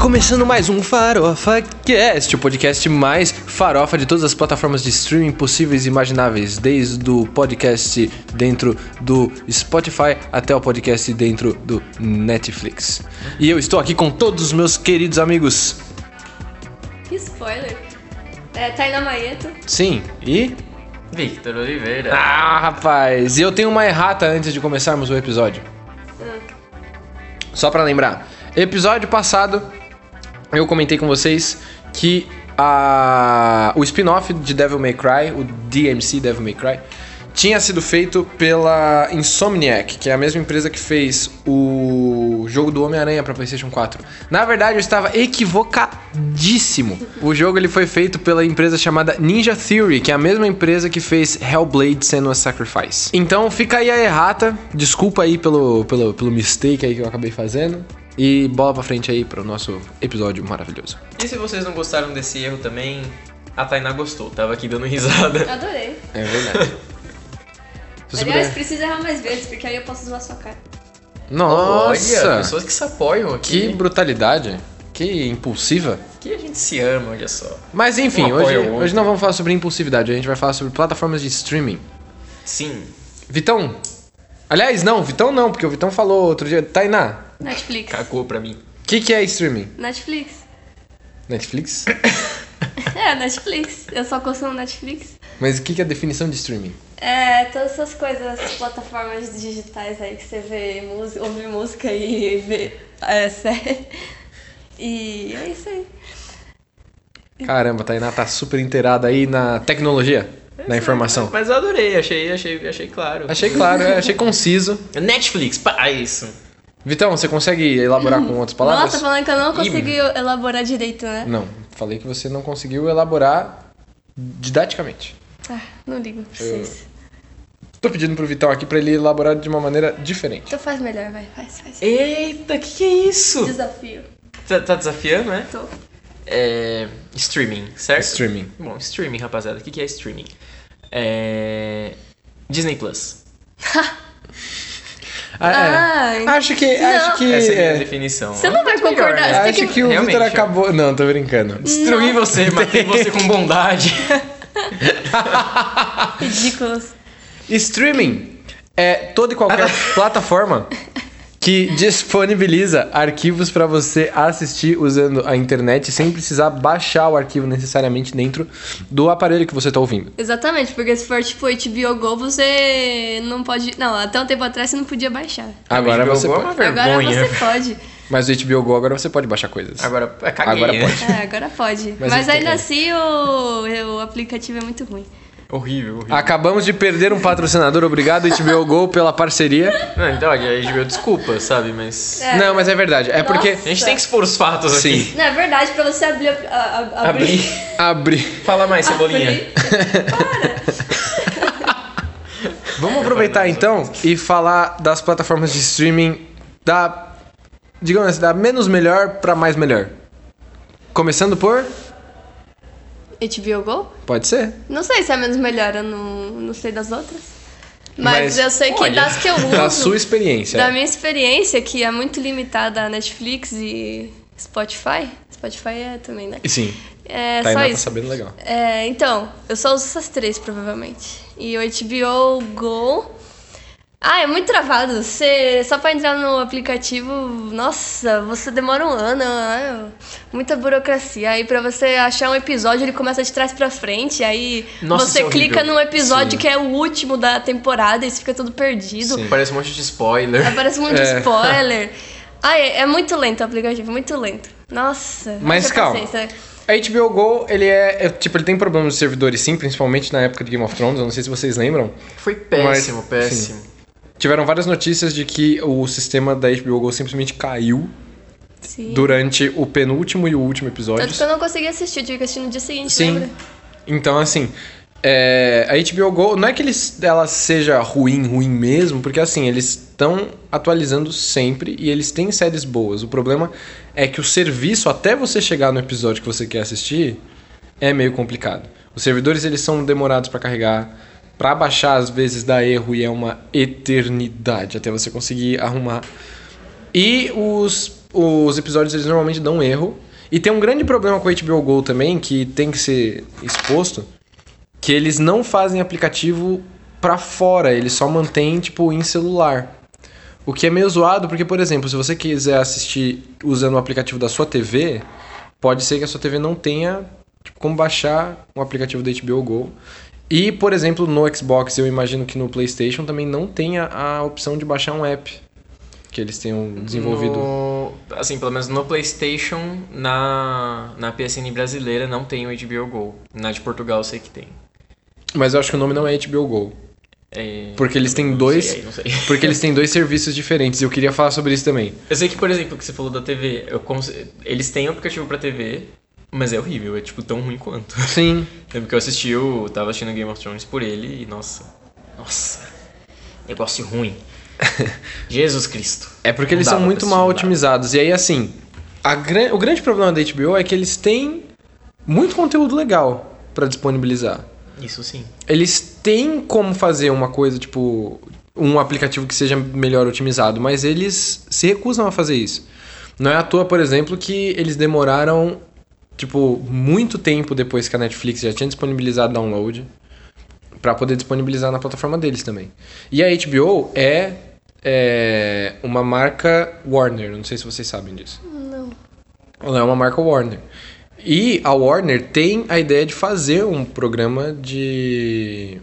Começando mais um Farofa Cast, o podcast mais farofa de todas as plataformas de streaming possíveis e imagináveis, desde o podcast dentro do Spotify até o podcast dentro do Netflix. E eu estou aqui com todos os meus queridos amigos. Que spoiler. É, Tainá Maieto. Sim, e Victor Oliveira. Ah, rapaz! E eu tenho uma errata antes de começarmos o episódio. Só pra lembrar. Episódio passado, eu comentei com vocês que a, o spin-off de Devil May Cry, o DMC Devil May Cry, tinha sido feito pela Insomniac, que é a mesma empresa que fez o jogo do Homem-Aranha pra PlayStation 4. Na verdade, eu estava equivocadíssimo. O jogo ele foi feito pela empresa chamada Ninja Theory, que é a mesma empresa que fez Hellblade Senua's Sacrifice. Então fica aí a errata, desculpa aí pelo, pelo, pelo mistake aí que eu acabei fazendo. E bola pra frente aí pro nosso episódio maravilhoso. E se vocês não gostaram desse erro também, a Tainá gostou, tava aqui dando risada. Adorei. É verdade. Se você Aliás, puder- precisa errar mais vezes, porque aí eu posso zoar sua cara. Nossa! Olha, pessoas que se apoiam Que aqui. brutalidade. Que impulsiva. Que a gente se ama, olha só. Mas enfim, Um hoje, apoio ao outro. hoje não vamos falar sobre impulsividade, a gente vai falar sobre plataformas de streaming. Sim. Vitão. Aliás, não, Vitão não, porque o Vitão falou outro dia. Tainá, Netflix. Cagou pra mim. o que, que é streaming? Netflix. Netflix? É, Netflix. Eu só consumo Netflix. Mas o que, que é a definição de streaming? É, todas essas coisas, plataformas digitais aí que você vê, música, ouve música e vê é, série. E é isso aí. Caramba, a Tainá tá super inteirada aí na tecnologia, na informação. Mas eu adorei, achei, achei, achei claro. Achei claro, é, achei conciso. Netflix, pá, isso. Vitão, você consegue elaborar com outras palavras? Nossa, falando que eu não consegui elaborar direito, né? Não, falei que você não conseguiu elaborar didaticamente. Ah, não ligo pra vocês. Tô pedindo pro Vitão aqui pra ele elaborar de uma maneira diferente. Então faz melhor, vai, faz, faz. Eita, que que é isso? Desafio. Tá, tá desafiando, né? Tô. É... Streaming, certo? Streaming. Bom, streaming, rapaziada. O que que é streaming? É... Disney Plus. Ah, é. Ai. Acho que. Acho Não. que. Essa é a minha é. definição. Você não vai Muito melhor, concordar, né? você tem Acho que- que o Realmente, Vitor ó. acabou. Não, tô brincando. Destruí você, matei você com bondade. Ridículos. Streaming é toda e qualquer plataforma que disponibiliza arquivos para você assistir usando a internet sem precisar baixar o arquivo necessariamente dentro do aparelho que você tá ouvindo. Exatamente, porque se for tipo HBO Go, você não pode. Não, até um tempo atrás você não podia baixar. Agora HBO você Go é pode. uma vergonha. Agora você pode. Mas o HBO Go agora você pode baixar coisas. Agora, é, caguei, Agora né? pode. É, agora pode. Mas Mas, isso ainda é- assim o, o aplicativo é muito ruim. Horrível, horrível. Acabamos de perder um patrocinador. Obrigado, HBO Go, pela parceria. Não, então, olha, a gente deu desculpa, sabe? Mas. É. Não, mas é verdade. É porque. A gente tem que expor os fatos aqui. Sim. Não, é verdade, pra você abrir. a- a- a- Abrir. Abrir. Fala mais, Cebolinha. abrir- Vamos aproveitar então e falar das plataformas de streaming da. Digamos assim, da menos melhor pra mais melhor. Começando por. HBO Go? Pode ser. Não sei se é menos melhor, eu não, não sei das outras. Mas, Mas, eu sei que olha, das que eu uso. Da sua experiência. Uhum. Da minha experiência, que é muito limitada a Netflix e Spotify. Spotify é também, né? Sim. É Tainá só tá isso. sabendo legal. É, então, eu só uso essas três, provavelmente. E o HBO Go. Ah, é muito travado. Você, só pra entrar no aplicativo, nossa, você demora um ano. ah, Muita burocracia. Aí pra você achar um episódio, ele começa de trás pra frente. Aí Nossa, você isso é clica horrível. num episódio Sim. que é o último da temporada e você fica todo perdido. Sim. Parece um monte de spoiler. Aparece um monte É. de spoiler. Ai, é, é muito lento o aplicativo, muito lento. Nossa. Mas muita calma. paciência. A HBO Go, ele é, é- Tipo, ele tem problemas de servidores, sim, principalmente na época de Game of Thrones. Eu não sei se vocês lembram. Foi péssimo, Mas, péssimo. Tiveram várias notícias de que o sistema da HBO Go simplesmente caiu Sim. durante o penúltimo e o último episódio. Tanto que eu não consegui assistir, eu tive que assistir no dia seguinte, Sim. lembra? Então, assim, é, a HBO Go, não é que eles, ela seja ruim, ruim mesmo, porque assim, eles estão atualizando sempre e eles têm séries boas. O problema é que o serviço, até você chegar no episódio que você quer assistir, é meio complicado. Os servidores, eles são demorados pra carregar. Pra baixar, às vezes, dá erro e é uma eternidade até você conseguir arrumar. E os, os episódios, eles normalmente dão erro. E tem um grande problema com o HBO Go também, que tem que ser exposto, que eles não fazem aplicativo pra fora, eles só mantêm, tipo, em celular. O que é meio zoado, porque, por exemplo, se você quiser assistir usando o aplicativo da sua TV, pode ser que a sua TV não tenha tipo, como baixar um aplicativo da HBO Go. E, por exemplo, no Xbox, eu imagino que no PlayStation também não tenha a opção de baixar um app que eles tenham desenvolvido. No- assim, pelo menos no PlayStation, na, na PSN brasileira não tem o HBO Go. Na de Portugal eu sei que tem. Mas eu acho que o nome não é HBO Go. É, Porque eles têm não dois- sei, aí não sei. Porque eles têm dois serviços diferentes e eu queria falar sobre isso também. Eu sei que, por exemplo, que você falou da TV, eu conse- eles têm um aplicativo pra TV, mas é horrível, é tipo tão ruim quanto. Sim. Lembro que eu assisti, eu tava assistindo Game of Thrones por ele e nossa, nossa, negócio ruim. Jesus Cristo. É porque Não eles dá são pra muito assistir, mal não dá. otimizados. E aí, assim, a gran- o grande problema da HBO é que eles têm muito conteúdo legal pra disponibilizar. Isso sim. Eles têm como fazer uma coisa, tipo, um aplicativo que seja melhor otimizado, mas eles se recusam a fazer isso. Não é à toa, por exemplo, que eles demoraram, tipo, muito tempo depois que a Netflix já tinha disponibilizado download pra poder disponibilizar na plataforma deles também. E a HBO é, é uma marca Warner, não sei se vocês sabem disso. Não. Ela é uma marca Warner. E a Warner tem a ideia de fazer um programa de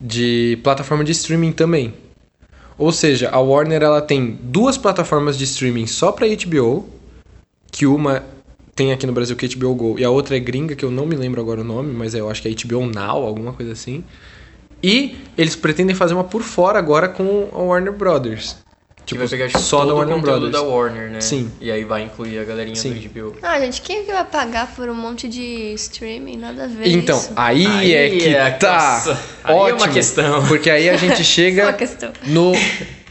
de plataforma de streaming também. Ou seja, a Warner ela tem duas plataformas de streaming só para HBO, que uma tem aqui no Brasil que é HBO Go e a outra é gringa que eu não me lembro agora o nome, mas eu acho que é HBO Now, alguma coisa assim. E eles pretendem fazer uma por fora agora com a Warner Brothers. Que Tipo, vai pegar tipo, só todo da o Warner conteúdo Brothers. da Warner, né? Sim. E aí vai incluir a galerinha Sim. do HBO. Ah, gente, quem é que vai pagar por um monte de streaming? Nada a ver Então, isso. aí, é que tá. nossa, aí ótimo, é uma questão. Porque aí a gente Só a chega questão. no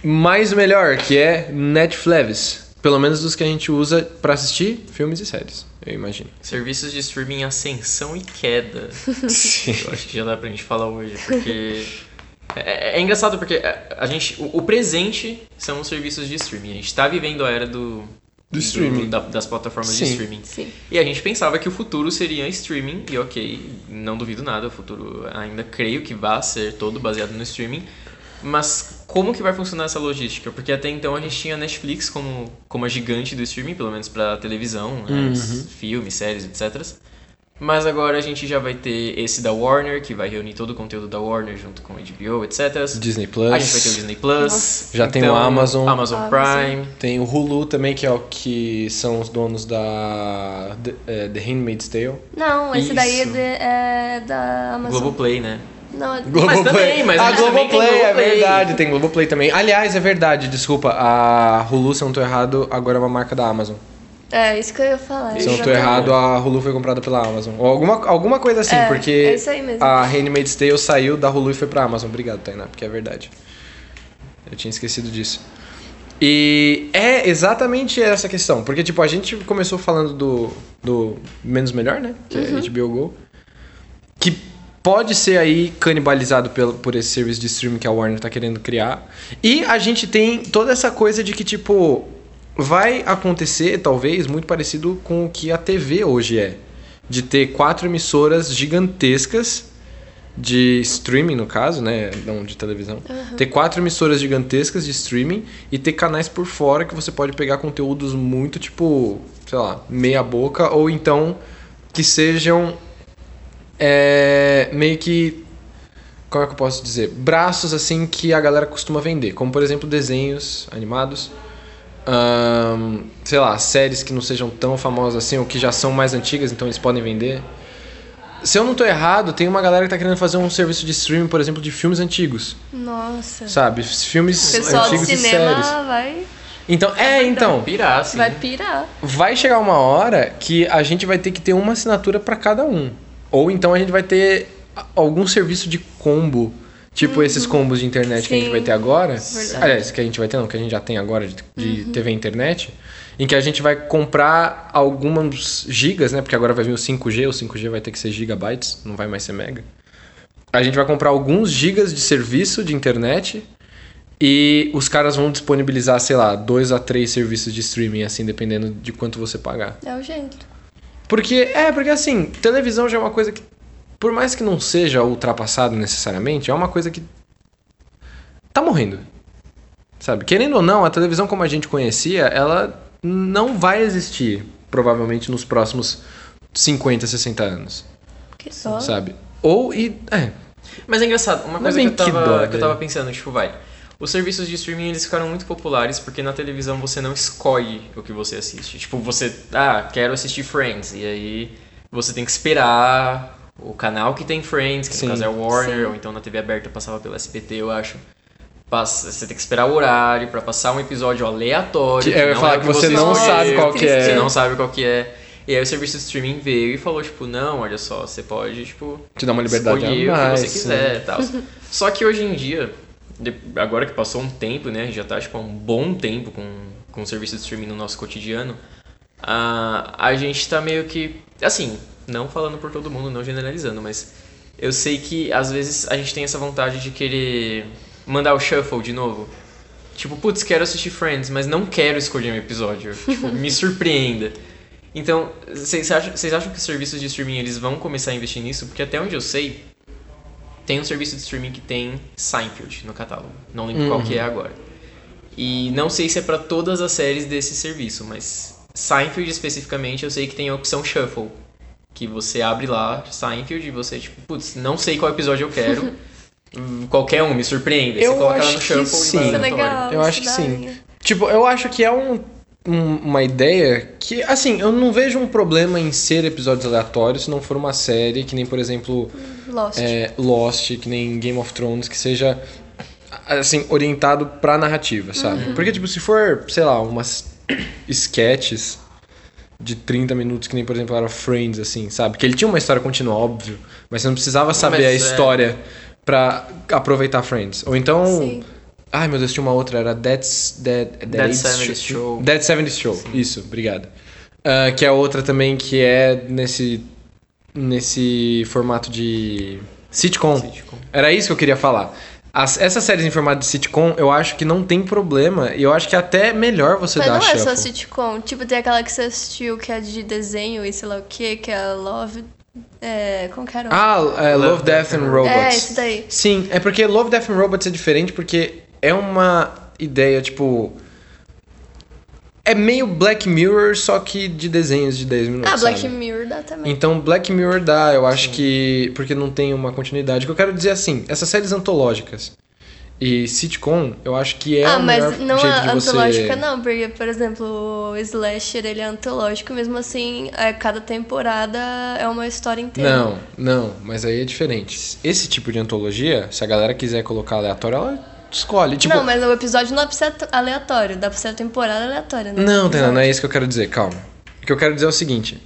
mais melhor, que é Netflix. Pelo menos dos que a gente usa pra assistir filmes e séries, eu imagino. Serviços de streaming em ascensão e queda. Sim. Eu acho que já dá pra gente falar hoje, porque. É, é- é engraçado porque a, a gente. O, o presente são os serviços de streaming. A gente tá vivendo a era do. Do streaming. da- das plataformas Sim. de streaming. Sim. E a gente pensava que o futuro seria streaming, e ok, não duvido nada, o futuro ainda creio que vá ser todo baseado no streaming. Mas como que vai funcionar essa logística? Porque até então a gente tinha a Netflix como, como a gigante do streaming, pelo menos pra televisão, né, Uhum. filmes, séries, etc. Mas agora a gente já vai ter esse da Warner, que vai reunir todo o conteúdo da Warner junto com HBO, etc. Disney Plus. A gente vai ter o Disney Plus. Então, Nossa. Já tem o Amazon. Amazon Amazon. Prime. Tem o Hulu também, que é o que são os donos da The, eh, The Handmaid's Tale. Não, esse daí é, Isso. de- é da Amazon. Globoplay, né? Não, é- Mas também, mas a eles também têm Globoplay, é Globoplay. verdade, tem Globoplay também. Aliás, é verdade, desculpa, a Hulu, se eu não tô errado, agora é uma marca da Amazon. é isso que eu ia falar. Se eu não tô exatamente. errado, a Hulu foi comprada pela Amazon. Ou alguma, alguma coisa assim, É, porque é isso aí mesmo. a Handmaid's Tale saiu da Hulu e foi pra Amazon. Obrigado, Tainá, porque é verdade. Eu tinha esquecido disso. E é exatamente essa questão. Porque, tipo, a gente começou falando do, do Menos Melhor, né? Que Uhum. é HBO Go. Que pode ser aí canibalizado pelo, por esse serviço de streaming que a Warner tá querendo criar. E a gente tem toda essa coisa de que, tipo, vai acontecer, talvez, muito parecido com o que a TV hoje é. De ter quatro emissoras gigantescas de streaming, no caso, né? Não de televisão. Ter quatro emissoras gigantescas de streaming e ter canais por fora que você pode pegar conteúdos muito, tipo, sei lá, meia boca, ou então que sejam é, meio que. Como é que eu posso dizer? Braços assim que a galera costuma vender, como por exemplo desenhos animados. ahn, sei lá, séries que não sejam tão famosas assim, ou que já são mais antigas, então eles podem vender. Se eu não tô errado, tem uma galera que tá querendo fazer um serviço de streaming, por exemplo, de filmes antigos, Nossa. sabe? Filmes O pessoal do antigos e cinema séries. vai, Então, é, então, Pirar, assim. vai pirar. vai chegar uma hora que a gente vai ter que ter uma assinatura pra cada um. Ou então a gente vai ter a- algum serviço de combo. Tipo esses combos de internet que a gente Sim. vai ter agora. Verdade. Aliás, que a gente vai ter, não, que a gente já tem agora de, de TV e internet. Em que a gente vai comprar algumas gigas, né? Porque agora vai vir o 5G, o 5G vai ter que ser gigabytes, não vai mais ser mega. A gente vai comprar alguns gigas de serviço de internet E os caras vão disponibilizar, sei lá, dois a três serviços de streaming, assim, dependendo de quanto você pagar. É o jeito. Porque, é, porque assim, televisão já é uma coisa que, por mais que não seja ultrapassado necessariamente, é uma coisa que tá morrendo. Sabe? Querendo ou não, a televisão como a gente conhecia, ela não vai existir, provavelmente, nos próximos 50, 60 anos. Que dó. Sabe? Ou e. É, Mas é engraçado, uma é coisa que bem eu, tava, que dó, que eu velho. tava pensando, tipo, vai. Os serviços de streaming eles ficaram muito populares porque na televisão você não escolhe o que você assiste. Tipo, você, ah, quero assistir Friends. E aí você tem que esperar o canal que tem Friends, que Sim. no caso é o Warner, Sim. ou então na TV aberta passava pelo SPT, eu acho. Passa- você tem que esperar o horário pra passar um episódio aleatório. Que- eu ia não falar é o que você não sabe qual que é. Você não sabe qual que é. E aí o serviço de streaming veio e falou, tipo, não, olha só, você pode, tipo, te dá uma liberdade escolher a mais. o que você né? quiser e tal. Só que hoje em dia, de- agora que passou um tempo, né, a gente já tá tipo há um bom tempo com, com o serviço de streaming no nosso cotidiano, a, a gente tá meio que, assim, não falando por todo mundo, não generalizando, mas eu sei que às vezes a gente tem essa vontade de querer mandar o shuffle de novo. Tipo, putz, quero assistir Friends, mas não quero escolher um episódio. Tipo, me surpreenda. Então, vocês acham, vocês acham que os serviços de streaming eles vão começar a investir nisso? Porque até onde eu sei, tem um serviço de streaming que tem Seinfeld no catálogo. Não lembro qual que é Uhum. agora. E não sei se é pra todas as séries desse serviço, mas Seinfeld especificamente eu sei que tem a opção Shuffle. Que você abre lá Seinfeld e você, tipo, putz, não sei qual episódio eu quero. Hum, Qualquer um, me surpreenda. Aí Eu você coloca lá acho no que Shuffle sim. e vai Isso é aleatório. legal. Eu isso acho que dá sim. linha. Tipo, eu acho que é um, um- uma ideia que, assim, eu não vejo um problema em ser episódios aleatórios se não for uma série que nem, por exemplo, Lost. é, Lost, que nem Game of Thrones, que seja, assim, orientado pra narrativa, sabe? Uhum. Porque, tipo, se for, sei lá, umas sketches de 30 minutos, que nem, por exemplo, era Friends, assim, sabe? Que ele tinha uma história contínua, óbvio, mas você não precisava saber a é. história pra aproveitar Friends. Ou então... Sim. Ai, meu Deus, tinha uma outra, era That's, That, That It's 70s Show. That 70s Show, isso, obrigado. Ah, que é outra também que é nesse, nesse formato de sitcom. Sitcom. Era isso que eu queria falar. As- essas séries em formato de sitcom, eu acho que não tem problema. E eu acho que é até melhor você Mas dar não é shuffle. só sitcom. Tipo, tem aquela que você assistiu que é de desenho e sei lá o que, que é Love. É, como que era? o- Ah, é, Love, Death and Robots. É, isso daí. Sim, é porque Love, Death and Robots é diferente porque é uma ideia, tipo... É meio Black Mirror, só que de desenhos de 10 minutos, Ah, Black sabe? Mirror dá também. Então, Black Mirror dá, eu acho que... Porque não tem uma continuidade. O que eu quero dizer é assim, essas séries antológicas e sitcom, eu acho que é ah, o melhor mas não jeito a de você... antológica não, porque, por exemplo, o Slasher, ele é antológico, mesmo assim, é, cada temporada é uma história inteira. Não, não, mas aí é diferente. Esse tipo de antologia, se a galera quiser colocar aleatório, ela escolhe. Tipo, não, mas o episódio não dá pra ser ato- aleatório, dá pra ser a temporada aleatória, né? Não, Tainá, não é isso que eu quero dizer, calma. O que eu quero dizer é o seguinte: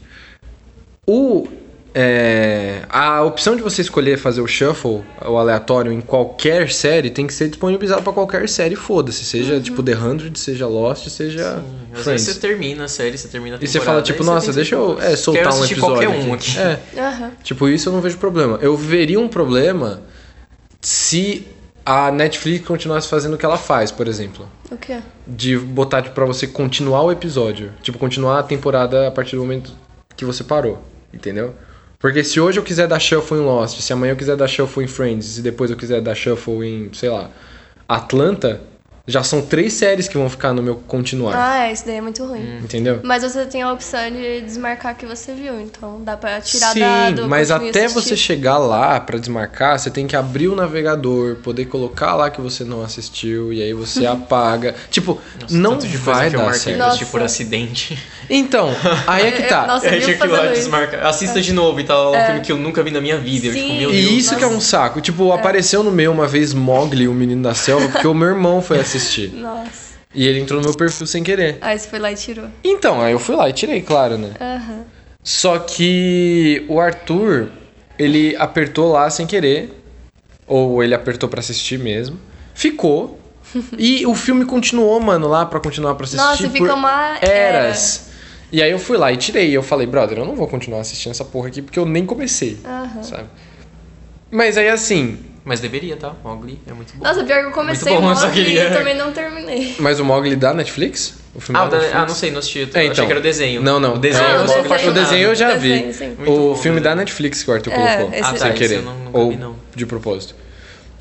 o. é, a opção de você escolher fazer o shuffle, o aleatório, em qualquer série tem que ser disponibilizado pra qualquer série, foda-se. Seja tipo The 100, seja Lost, seja Uhum. Às vezes Friends. você termina a série, você termina a E temporada. você fala, tipo, aí você nossa, tem deixa que- eu é, soltar Quero um assistir episódio. qualquer um aqui. É. Aham. Tipo, isso eu não vejo problema. Eu veria um problema se a Netflix continuasse fazendo o que ela faz, por exemplo. O quê? de botar tipo, pra você continuar o episódio. Tipo, continuar a temporada a partir do momento que você parou, entendeu? Porque se hoje eu quiser dar shuffle em Lost, se amanhã eu quiser dar shuffle em Friends, e depois eu quiser dar shuffle em, sei lá, Atlanta, já são três séries que vão ficar no meu continuar, Ah, é, isso daí é muito Hum. ruim. entendeu? Mas você tem a opção de desmarcar que você viu, então dá pra tirar da Sim, do mas continue até assistir. você chegar lá pra desmarcar, você tem que abrir o navegador, poder colocar lá que você não assistiu, e aí você apaga. Tipo, Nossa, não tanto de coisa vai que eu dar marquei certo. pra assistir Nossa. por acidente. Então, aí é que tá. Nossa, Aí eu tinha vi que ir lá fazendo e isso. É. desmarcar. Assista de novo e tal. um filme que eu nunca vi na minha vida. Eu, tipo, Sim. meu Deus. E isso que é um saco. Tipo, apareceu no meu uma vez Mogli, o menino da selva, porque o meu irmão foi assistir. Nossa. E ele entrou no meu perfil sem querer. Aí você foi lá e tirou. Então, aí eu fui lá e tirei, claro, né? Aham. Só que o Arthur, ele apertou lá sem querer. Ou ele apertou pra assistir mesmo. Ficou. E o filme continuou, mano, lá pra continuar pra assistir. Nossa, fica por uma era. eras. E aí eu fui lá e tirei. E eu falei, brother, eu não vou continuar assistindo essa porra aqui porque eu nem comecei. Aham. sabe? Mas aí assim, Mas deveria, tá? Mogli é muito bom. Nossa, pior que eu comecei bom, eu só Mogli queria- e também não terminei. Mas o Mogli da Netflix? O filme ah, o da da- Netflix? ah, não sei, não assisti. É, Achei então. que era o desenho. Não, não. O desenho Ah, eu o sou desenho. O apaixonado. desenho eu já vi. Desenho, sim. Muito o bom, filme desenho. da Netflix que o Arthur É, colocou. esse Ah, tá, sem esse querer. eu não- nunca ou vi, não. de propósito.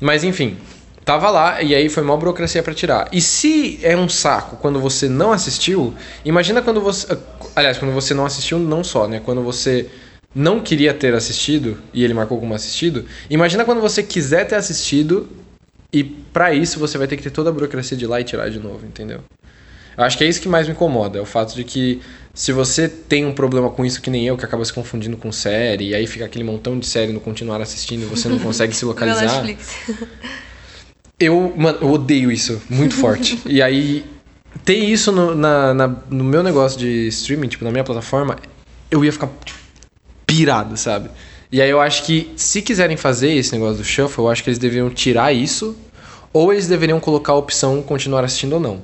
Mas enfim, tava lá e aí foi mó burocracia pra tirar. E se é um saco quando você não assistiu, imagina quando você. Aliás, quando você não assistiu, não só, né? Quando você não queria ter assistido e ele marcou como assistido, imagina quando você quiser ter assistido e pra isso você vai ter que ter toda a burocracia de ir lá e tirar de novo, entendeu? Eu acho que é isso que mais me incomoda, é o fato de que se você tem um problema com isso que nem eu, que acaba se confundindo com série, e aí fica aquele montão de série no continuar assistindo e você não consegue se Pela localizar. Netflix. Eu, mano, eu odeio isso, muito forte. e aí, ter isso no, na- na- no meu negócio de streaming, tipo, na minha plataforma, eu ia ficar tipo, pirado, sabe? E aí eu acho que se quiserem fazer esse negócio do shuffle, eu acho que eles deveriam tirar isso, ou eles deveriam colocar a opção continuar assistindo ou não.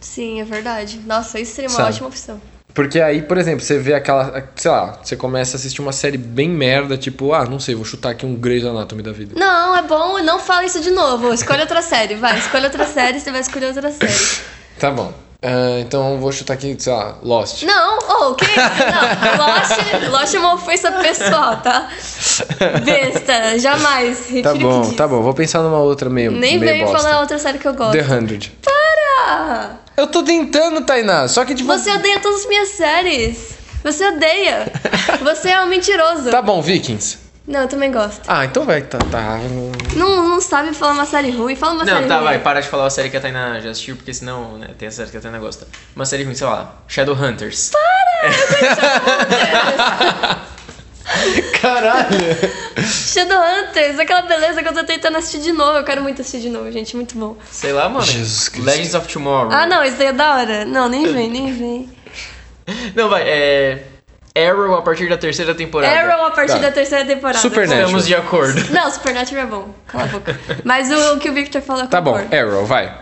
Sim, é verdade. Nossa, isso seria uma Sabe? ótima opção. Porque aí, por exemplo, você vê aquela, sei lá, você começa a assistir uma série bem merda, tipo, ah, não sei, vou chutar aqui um Grey's Anatomy da vida. Não, é bom, não fala isso de novo. Escolhe outra série, vai. Escolhe outra série, você vai escolher outra série. Tá bom. Ah, então vou chutar aqui, sei lá, Lost. Não, ô, que isso? Não, Lost, Lost é uma ofensa pessoal, tá? Besta, jamais. Retire Tá o que bom, disse. tá bom. Vou pensar numa outra meio Nem meio veio bosta. falar outra série que eu gosto. The 100. Ah, Eu tô tentando, Tainá. Só que tipo... você odeia todas as minhas séries. Você odeia. Você é um mentiroso. Tá bom, Vikings. Não, eu também gosto. Ah, então vai. Tá, tá. Não, não sabe falar uma série ruim, fala uma série Não, tá, ruim. vai, para de falar a série que a Tainá já assistiu, porque senão, né, tem a série que a Tainá gosta. Uma série ruim, sei lá, Shadowhunters. Tá. Caralho. Shadowhunters, aquela beleza que eu tô tentando assistir de novo. Eu quero muito assistir de novo, gente, muito bom. Sei lá, mano. Jesus Cristo. Legends of Tomorrow. Ah, não, isso daí é da hora. Não, nem vem, nem vem. Não, vai, é... Arrow a partir da terceira temporada. Arrow a partir Tá. da terceira temporada. Supernatural. Estamos de acordo. Não, Supernatural é bom, cala a boca. Mas o, o que o Victor falou eu Tá bom, concordo. Arrow, vai.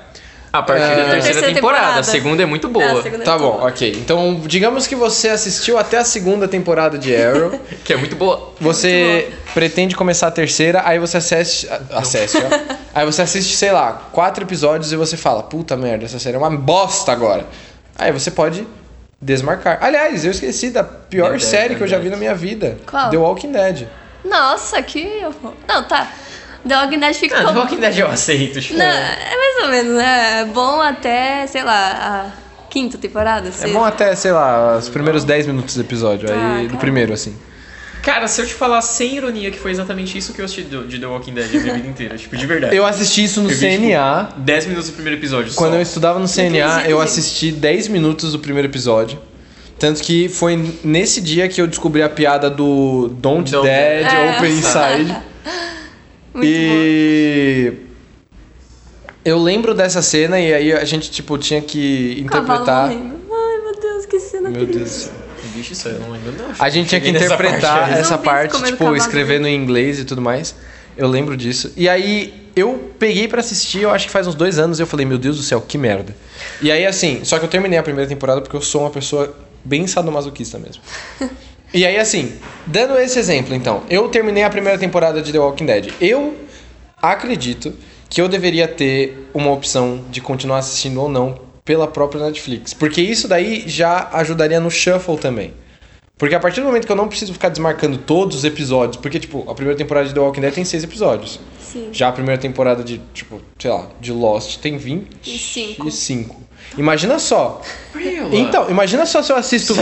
A partir da É. terceira, Terceira temporada. temporada. A segunda é muito boa. É, a segunda Tá é bom, boa. ok. Então, digamos que você assistiu até a segunda temporada de Arrow. Que é muito boa. Você pretende começar a terceira, aí você assiste. a- Acesse, ó. aí você assiste, sei lá, quatro episódios e você fala, puta merda, essa série é uma bosta agora. Aí você pode desmarcar. Aliás, eu esqueci da pior Verdade, série que eu já vi verdade. na minha vida. Qual? The Walking Dead. Nossa, que horror. Não, tá. The Walking Dead fica Ah, The como... Walking Dead eu aceito, tipo... Não, é mais ou menos, né? É bom até, sei lá, a quinta temporada, É sexta. bom até, sei lá, os primeiros 10 minutos do episódio. aí, do Ah, cara. primeiro, assim. Cara, se eu te falar sem ironia que foi exatamente isso que eu assisti do- de The Walking Dead a minha vida inteira, tipo, de verdade. Eu assisti isso no Eu vi, tipo, CNA. 10 minutos do primeiro episódio Quando só. eu estudava no CNA, acredito, eu gente. assisti 10 minutos do primeiro episódio. Tanto que foi nesse dia que eu descobri a piada do Don't, Don't Dead, Dead. Open É. Inside. Muito e. Eu lembro dessa cena e aí a gente, tipo, tinha que bom. Cavalo interpretar. morrendo. Ai, meu Deus, que cena Meu triste. Deus. do céu. Bicho, isso eu não lembro não. A gente tinha que Cheguei nessa interpretar parte aí. essa Zumbis parte, comendo tipo, cavalo. escrevendo em inglês e tudo mais. Eu lembro disso. E aí, eu peguei pra assistir, eu acho que faz uns dois anos, e eu falei, meu Deus do céu, que merda. E aí, assim, só que eu terminei a primeira temporada porque eu sou uma pessoa bem sadomasoquista mesmo. E aí, assim, dando esse exemplo, então, eu terminei a primeira temporada de The Walking Dead. Eu acredito que eu deveria ter uma opção de continuar assistindo ou não pela própria Netflix. Porque isso daí já ajudaria no shuffle também. Porque a partir do momento que eu não preciso ficar desmarcando todos os episódios, porque, tipo, a primeira temporada de The Walking Dead tem seis episódios. Sim. Já a primeira temporada de, tipo, sei lá, de Lost tem 25. cinco. Imagina só. Really? Então, imagina só se eu assisto.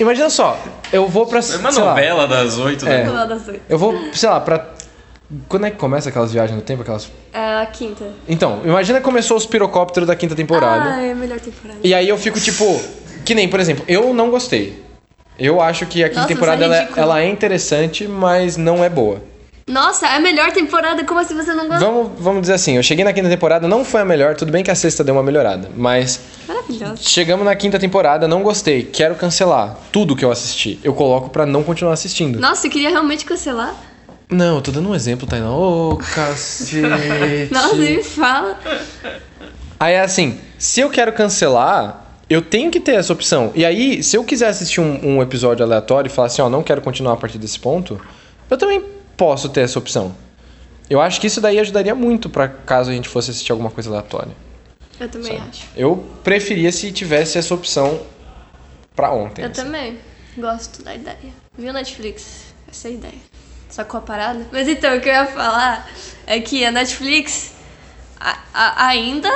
imagina só, eu vou pra. É uma sei lá, novela das oito, É. né? Cavalo das oito. eu vou, sei lá, pra. Quando é que começa aquelas viagens no tempo? Aquelas... É a quinta. Então, imagina que começou os pirocópteros da quinta temporada. Ah, é a melhor temporada. E aí eu fico tipo. Que nem, por exemplo, eu não gostei. Eu acho que a quinta Nossa, temporada isso é ela, ridículo. ela é interessante, mas não é boa. Nossa, é a melhor temporada, como assim você não gosta? Vamos, vamos dizer assim, eu cheguei na quinta temporada, não foi a melhor, tudo bem que a sexta deu uma melhorada, mas Maravilhosa. chegamos na quinta temporada, não gostei, quero cancelar tudo que eu assisti. Eu coloco pra não continuar assistindo. Nossa, eu queria realmente cancelar. Não, eu tô dando um exemplo, Tainá. Ô, cacete. Nossa, me fala. Aí é assim, se eu quero cancelar, eu tenho que ter essa opção. E aí, se eu quiser assistir um, um episódio aleatório e falar assim, ó, não quero continuar a partir desse ponto, eu também posso ter essa opção. Eu acho que isso daí ajudaria muito pra caso a gente fosse assistir alguma coisa aleatória. Eu também acho. Eu preferia se tivesse essa opção pra ontem. Eu assim. também. Gosto da ideia. Viu, Netflix? Essa é a ideia. Só com a parada. Mas então, o que eu ia falar é que a Netflix a- a- ainda,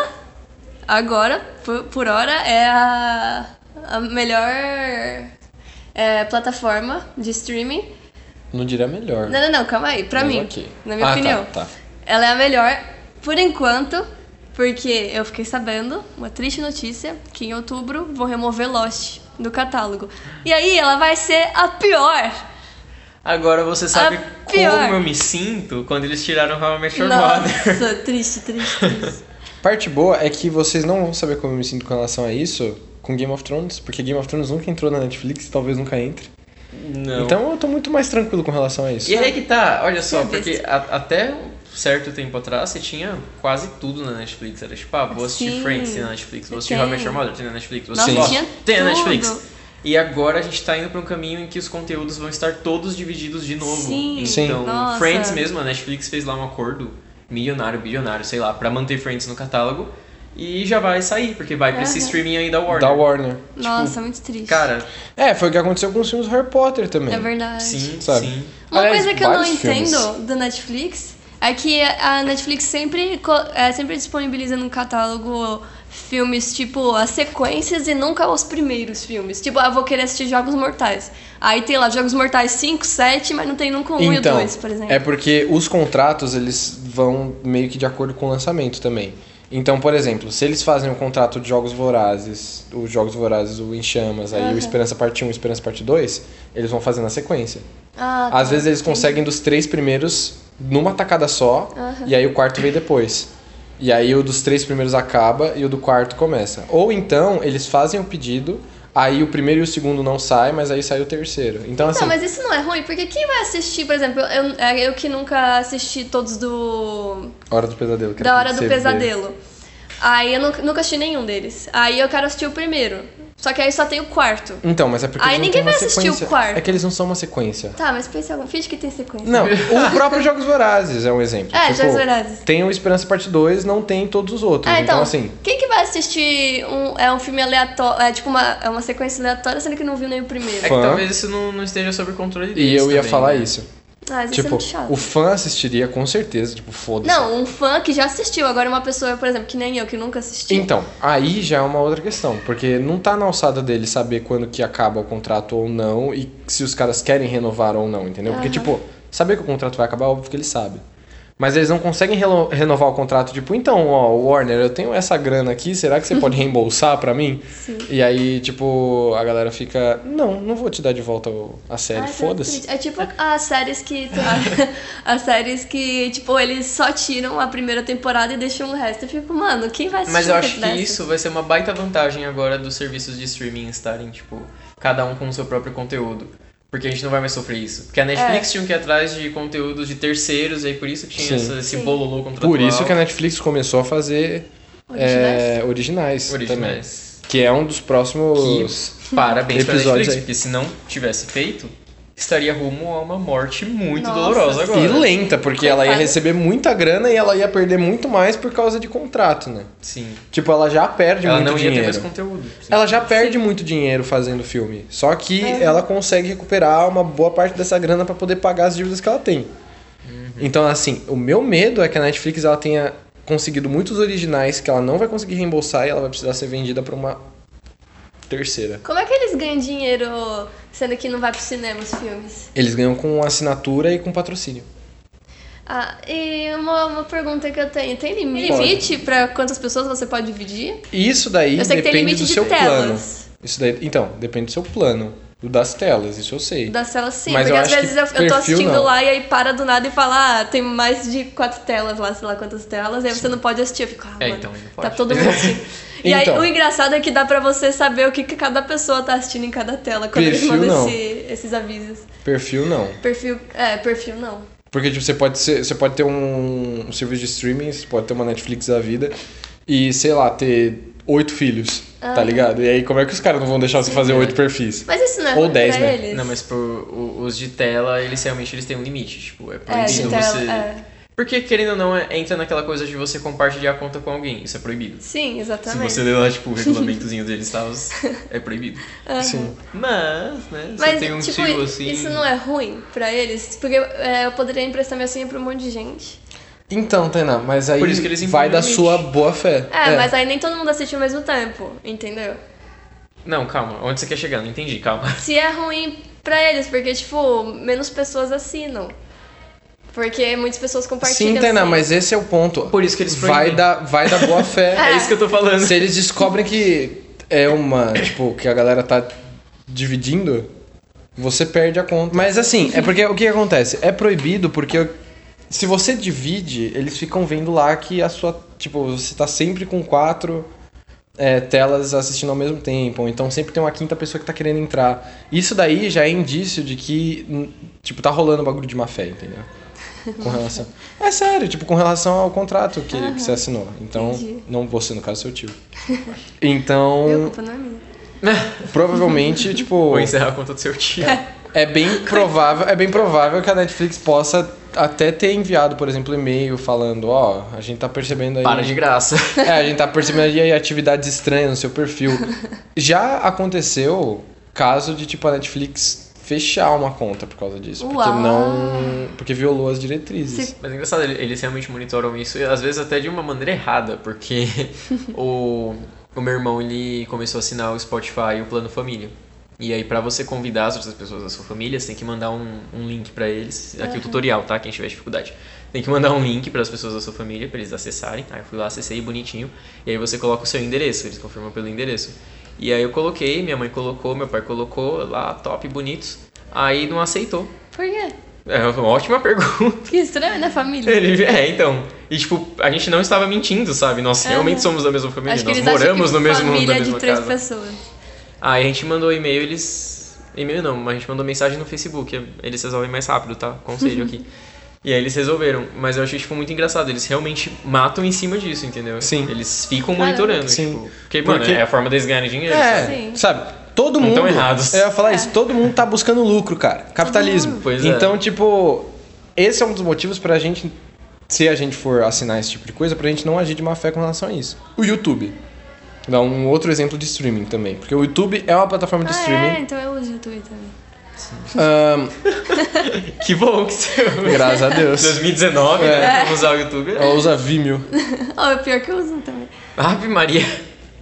agora, por, por hora, é a, a melhor é, plataforma de streaming. Não diria melhor. né? Não, não, não, calma aí. Pra mas mim, ok. na minha Ah, tá, opinião. tá. Ela é a melhor por enquanto, porque eu fiquei sabendo, uma triste notícia, que em outubro vão remover Lost do catálogo. E aí ela vai ser a pior. Agora você sabe pior. como eu me sinto quando eles tiraram How I Met Your Mother. Nossa, triste, triste, triste. Parte boa é que vocês não vão saber como eu me sinto com relação a isso com Game of Thrones, porque Game of Thrones nunca entrou na Netflix e talvez nunca entre. Não. Então eu tô muito mais tranquilo com relação a isso. E aí que tá, olha só, Que porque a- até um certo tempo atrás você tinha quase tudo na Netflix. Era tipo, ah, vou assistir Sim. Friends tem na Netflix, vou assistir Tem. How I Met Your Mother tem na Netflix, vou Nossa, assistir Lost tinha tem na tudo. Netflix. E agora a gente tá indo pra um caminho em que os conteúdos vão estar todos divididos de novo. Sim. Sim. Então, Nossa. Friends mesmo, a Netflix fez lá um acordo milionário, bilionário, sei lá, pra manter Friends no catálogo. E já vai sair, porque vai pra esse Aham. streaming aí da Warner. Da Warner. Nossa, muito triste. Cara, É, foi o que aconteceu com os filmes do Harry Potter também. é verdade. sim, Sabe? sim. Uma Aliás, coisa que eu não vários filmes. entendo da Netflix é que a Netflix sempre, co- é, sempre disponibiliza no catálogo filmes, tipo, as sequências e nunca os primeiros filmes. Tipo, ah, vou querer assistir Jogos Mortais. Aí tem lá Jogos Mortais 5, 7, mas não tem nunca o 1 e o Então, 2, por exemplo. é porque os contratos eles vão meio que de acordo com o lançamento também. Então, por exemplo, se eles fazem um contrato de Jogos Vorazes, os Jogos Vorazes, o Em Chamas, aí o Aham. Esperança Parte 1 o Esperança Parte 2, eles vão fazer na sequência. Ah, tá. Às vezes eles conseguem dos três primeiros numa tacada só, Aham. e aí o quarto vem depois. E aí o dos três primeiros acaba e o do quarto começa. Ou então eles fazem o pedido, aí o primeiro e o segundo não sai, mas aí sai o terceiro. Então, assim, Não, mas isso não é ruim, porque quem vai assistir, por exemplo, eu, eu- é, eu que nunca assisti todos do Hora do Pesadelo. que Da era Hora do você vê. Pesadelo. Aí eu nu- nunca assisti nenhum deles. Aí eu quero assistir o primeiro. Só que aí só tem o quarto. Então, mas é porque Aí eles não ninguém têm uma vai assistir o sequência. quarto. É que eles não são uma sequência. Tá, mas pensa algum. Finge que tem sequência. Não, o próprio Jogos Vorazes é um exemplo. É, Tipo, Jogos Vorazes. Tem o Esperança Parte 2, não tem todos os outros. Ah, então, assim, quem que vai assistir um, é um filme aleatório, é tipo uma, é uma sequência aleatória, sendo que não viu nem o primeiro? É Fã. que talvez isso não, não esteja sob controle deles e eu ia também, falar né? isso. Ah, isso é Tipo, muito chato. o fã assistiria com certeza, tipo, foda-se. Não, um fã que já assistiu, agora uma pessoa, por exemplo, que nem eu, que nunca assisti. Então, aí já é uma outra questão, porque não tá na alçada dele saber quando que acaba o contrato ou não e se os caras querem renovar ou não, entendeu? Porque, Aham. tipo, saber que o contrato vai acabar, óbvio que ele sabe. Mas eles não conseguem relo- renovar o contrato, tipo, então, ó, Warner, eu tenho essa grana aqui, será que você pode reembolsar pra mim? Sim. E aí, tipo, a galera fica, não, não vou te dar de volta o- a série, Ah, isso é muito foda-se. triste. É tipo as séries que. as séries que, tipo, eles só tiram a primeira temporada e deixam o resto. Eu fico, mano, quem vai assistir? Mas eu um acho que tempo dessa? isso vai ser uma baita vantagem agora dos serviços de streaming estarem, tipo, cada um com o seu próprio conteúdo. Porque a gente não vai mais sofrer isso. Porque a É. Netflix tinha um que ir atrás de conteúdos de terceiros, e aí por isso que tinha Sim. essa- esse Sim. bololô contratual. Por isso que a Netflix começou a fazer Originais? é, originais, também. Originais. Que é um dos próximos... Que, parabéns pra Episódios Netflix, aí. porque se não tivesse feito, estaria rumo a uma morte muito Nossa, dolorosa sim. agora. E lenta, porque ela ia Coitada. receber muita grana e ela ia perder muito mais por causa de contrato, né? Sim. Tipo, ela já perde Ela muito não ia ter dinheiro. mais conteúdo. Sim. ela já perde muito dinheiro fazendo filme. Só que ela consegue recuperar uma boa parte dessa grana pra poder pagar as dívidas que ela tem. Uhum. Então, assim, o meu medo é que a Netflix ela tenha conseguido muitos originais que ela não vai conseguir reembolsar e ela vai precisar ser vendida pra uma terceira. Como é que eles ganham dinheiro sendo que não vai pro cinema os filmes? Eles ganham com assinatura e com patrocínio. Ah, e uma, uma pergunta que eu tenho: tem limite pra quantas pessoas você pode dividir? E isso daí Eu sei que tem depende limite do de seu plano. telas. Isso daí, então, depende do seu plano. O das telas, isso eu sei. Das telas sim, Mas porque eu às acho que vezes eu, eu tô perfil, assistindo não. lá e aí para do nada e fala, ah, tem mais de quatro telas lá, sei lá quantas telas, e aí você não pode assistir, eu fico, ah, É, mano, então, não tá pode. todo mundo assistindo. E Então. aí o engraçado é que dá pra você saber o que, que cada pessoa tá assistindo em cada tela quando Perfil, eles não. mandam esse- esses avisos. Perfil não. Perfil, é, perfil não. Porque tipo, você pode ser, você pode ter um, um serviço de streaming, você pode ter uma Netflix da vida e, sei lá, ter oito filhos, Ah. tá ligado? E aí como é que os caras não vão deixar você Uhum. fazer oito perfis? Mas isso não é Ou ruim 10, pra né? eles? Não, mas pro, o- os de tela, eles realmente eles têm um limite. Tipo, é É, de proibido tela, você... é. Porque, querendo ou não, é- entra naquela coisa de você compartilhar a conta com alguém. Isso é proibido. Sim, Se exatamente. você ler lá, tipo, o regulamentozinho deles, tá, os- é proibido. Uhum. Sim. Mas, né, você Mas, tem um tipo, tio assim... isso não é ruim pra eles? Porque é, eu poderia emprestar minha senha pra um monte de gente. Então, Tainá, mas aí Por isso que eles impõem vai da limite. sua boa fé. É, mas aí nem todo mundo assiste ao mesmo tempo, entendeu? é- Não, calma. Onde você quer chegar? Não entendi, calma. Se é ruim pra eles, porque, tipo, menos pessoas assinam. Porque muitas pessoas compartilham. assim. Sim, Tainá, senha. mas esse é o ponto. Por isso que eles vai proíbem. da, vai da boa fé. É isso que eu tô falando. Se eles descobrem que é uma, tipo, que a galera tá dividindo, você perde a conta. Mas assim, é porque o que acontece? É proibido porque se você divide, eles ficam vendo lá que a sua, tipo, você tá sempre com quatro é, telas assistindo ao mesmo tempo, ou então sempre tem uma quinta pessoa que tá querendo entrar. Isso daí já é indício de que, hum, tipo, tá rolando bagulho de má fé, entendeu? Com relação. É sério, tipo, com relação ao contrato que, que você assinou. Então, Entendi. não você, no caso, seu tio. Então, Meu, a culpa não é minha. provavelmente, tipo, Vou encerrar a conta do seu tio. é bem provável, é bem provável que a Netflix possa até ter enviado, por exemplo, e-mail falando, ó, a gente tá percebendo aí. Para de graça. É, a gente tá percebendo aí atividades estranhas no seu perfil. Já aconteceu caso de tipo a Netflix fechar uma conta por causa disso, porque Uau. não, porque violou as diretrizes. Se- Mas é engraçado, ele- eles realmente monitoram isso, e às vezes até de uma maneira errada, porque o, o meu irmão ele começou a assinar o Spotify e o Plano Família. E aí, pra você convidar as outras pessoas da sua família, você tem que mandar um, um link pra eles. Aqui o tutorial, tá? Quem tiver dificuldade. Tem que mandar um link pras pessoas da sua família, pra eles acessarem. Aí eu fui lá, acessei bonitinho. E aí você coloca o seu endereço, eles confirmam pelo endereço. E aí eu coloquei, minha mãe colocou, meu pai colocou lá, top, bonitos. Aí não aceitou. Por quê? É uma ótima pergunta. Que estranho, né, família? Ele- é, então. E, tipo, a gente não estava mentindo, sabe? Nós É, realmente né? somos da mesma família. Acho que Nós eles moramos acham no que mesmo mundo, família na é mesma de três casa. pessoas. Aí a gente mandou e-mail, eles... E-mail não, mas a gente mandou mensagem no Facebook. Eles resolvem mais rápido, tá? Conselho Uhum. aqui. E aí eles resolveram. Mas eu achei, tipo, muito engraçado. Eles realmente matam em cima disso, entendeu? Sim. Eles ficam Caramba. monitorando, Sim. tipo... Porque, mano, Porque- é a forma deles ganharem dinheiro, É, sabe? Sim. sabe? Todo Não mundo. tão errados. Eu ia falar É. isso, todo mundo tá buscando lucro, cara. Capitalismo. mundo. Pois é. então, tipo, esse é um dos motivos pra gente, se a gente for assinar esse tipo de coisa, pra gente não agir de má fé com relação a isso. O YouTube. Dá um outro exemplo de streaming também. Porque o YouTube é uma plataforma de ah, é, streaming. então eu uso o Twitter. Ahn, Que bom que você... graças a Deus. 2019, É. né? Vamos usar o YouTube. Ela usa Vimeo. Oh, é pior que eu uso também. Ave Maria.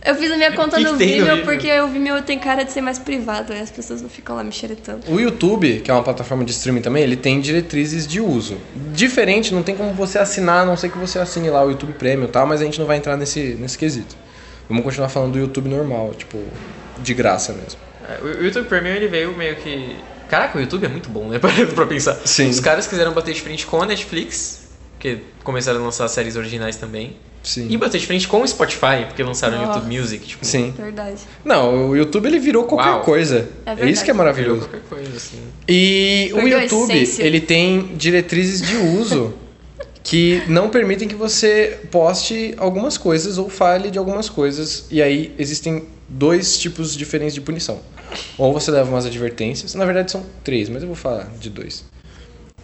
Eu fiz a minha conta Que que no tem no Vimeo Vimeo? porque o Vimeo tem cara de ser mais privado, aí as pessoas não ficam lá me xeretando. O YouTube, que é uma plataforma de streaming também, ele tem diretrizes de uso. Diferente, não tem como você assinar, a não sei que você assine lá o YouTube Premium e tal, mas a gente não vai entrar nesse, nesse quesito. Vamos continuar falando do YouTube normal, tipo, de graça mesmo. É, O o YouTube Premium ele veio meio que. Caraca, o YouTube é muito bom, né? Parando pra pensar. Sim. Os caras quiseram bater de frente com a Netflix, porque começaram a lançar séries originais também. Sim. E bater de frente com o Spotify, porque lançaram o Nossa. YouTube Music. Tipo, Sim. Verdade. Não, o YouTube ele virou qualquer Uau. coisa. É É, verdade. isso que é virou maravilhoso. qualquer coisa, assim. E o Perdeu a YouTube, essência. ele tem diretrizes de uso que não permitem que você poste algumas coisas ou fale de algumas coisas. E aí existem dois tipos diferentes de punição. Ou você leva umas advertências, na verdade são três, mas eu vou falar de dois.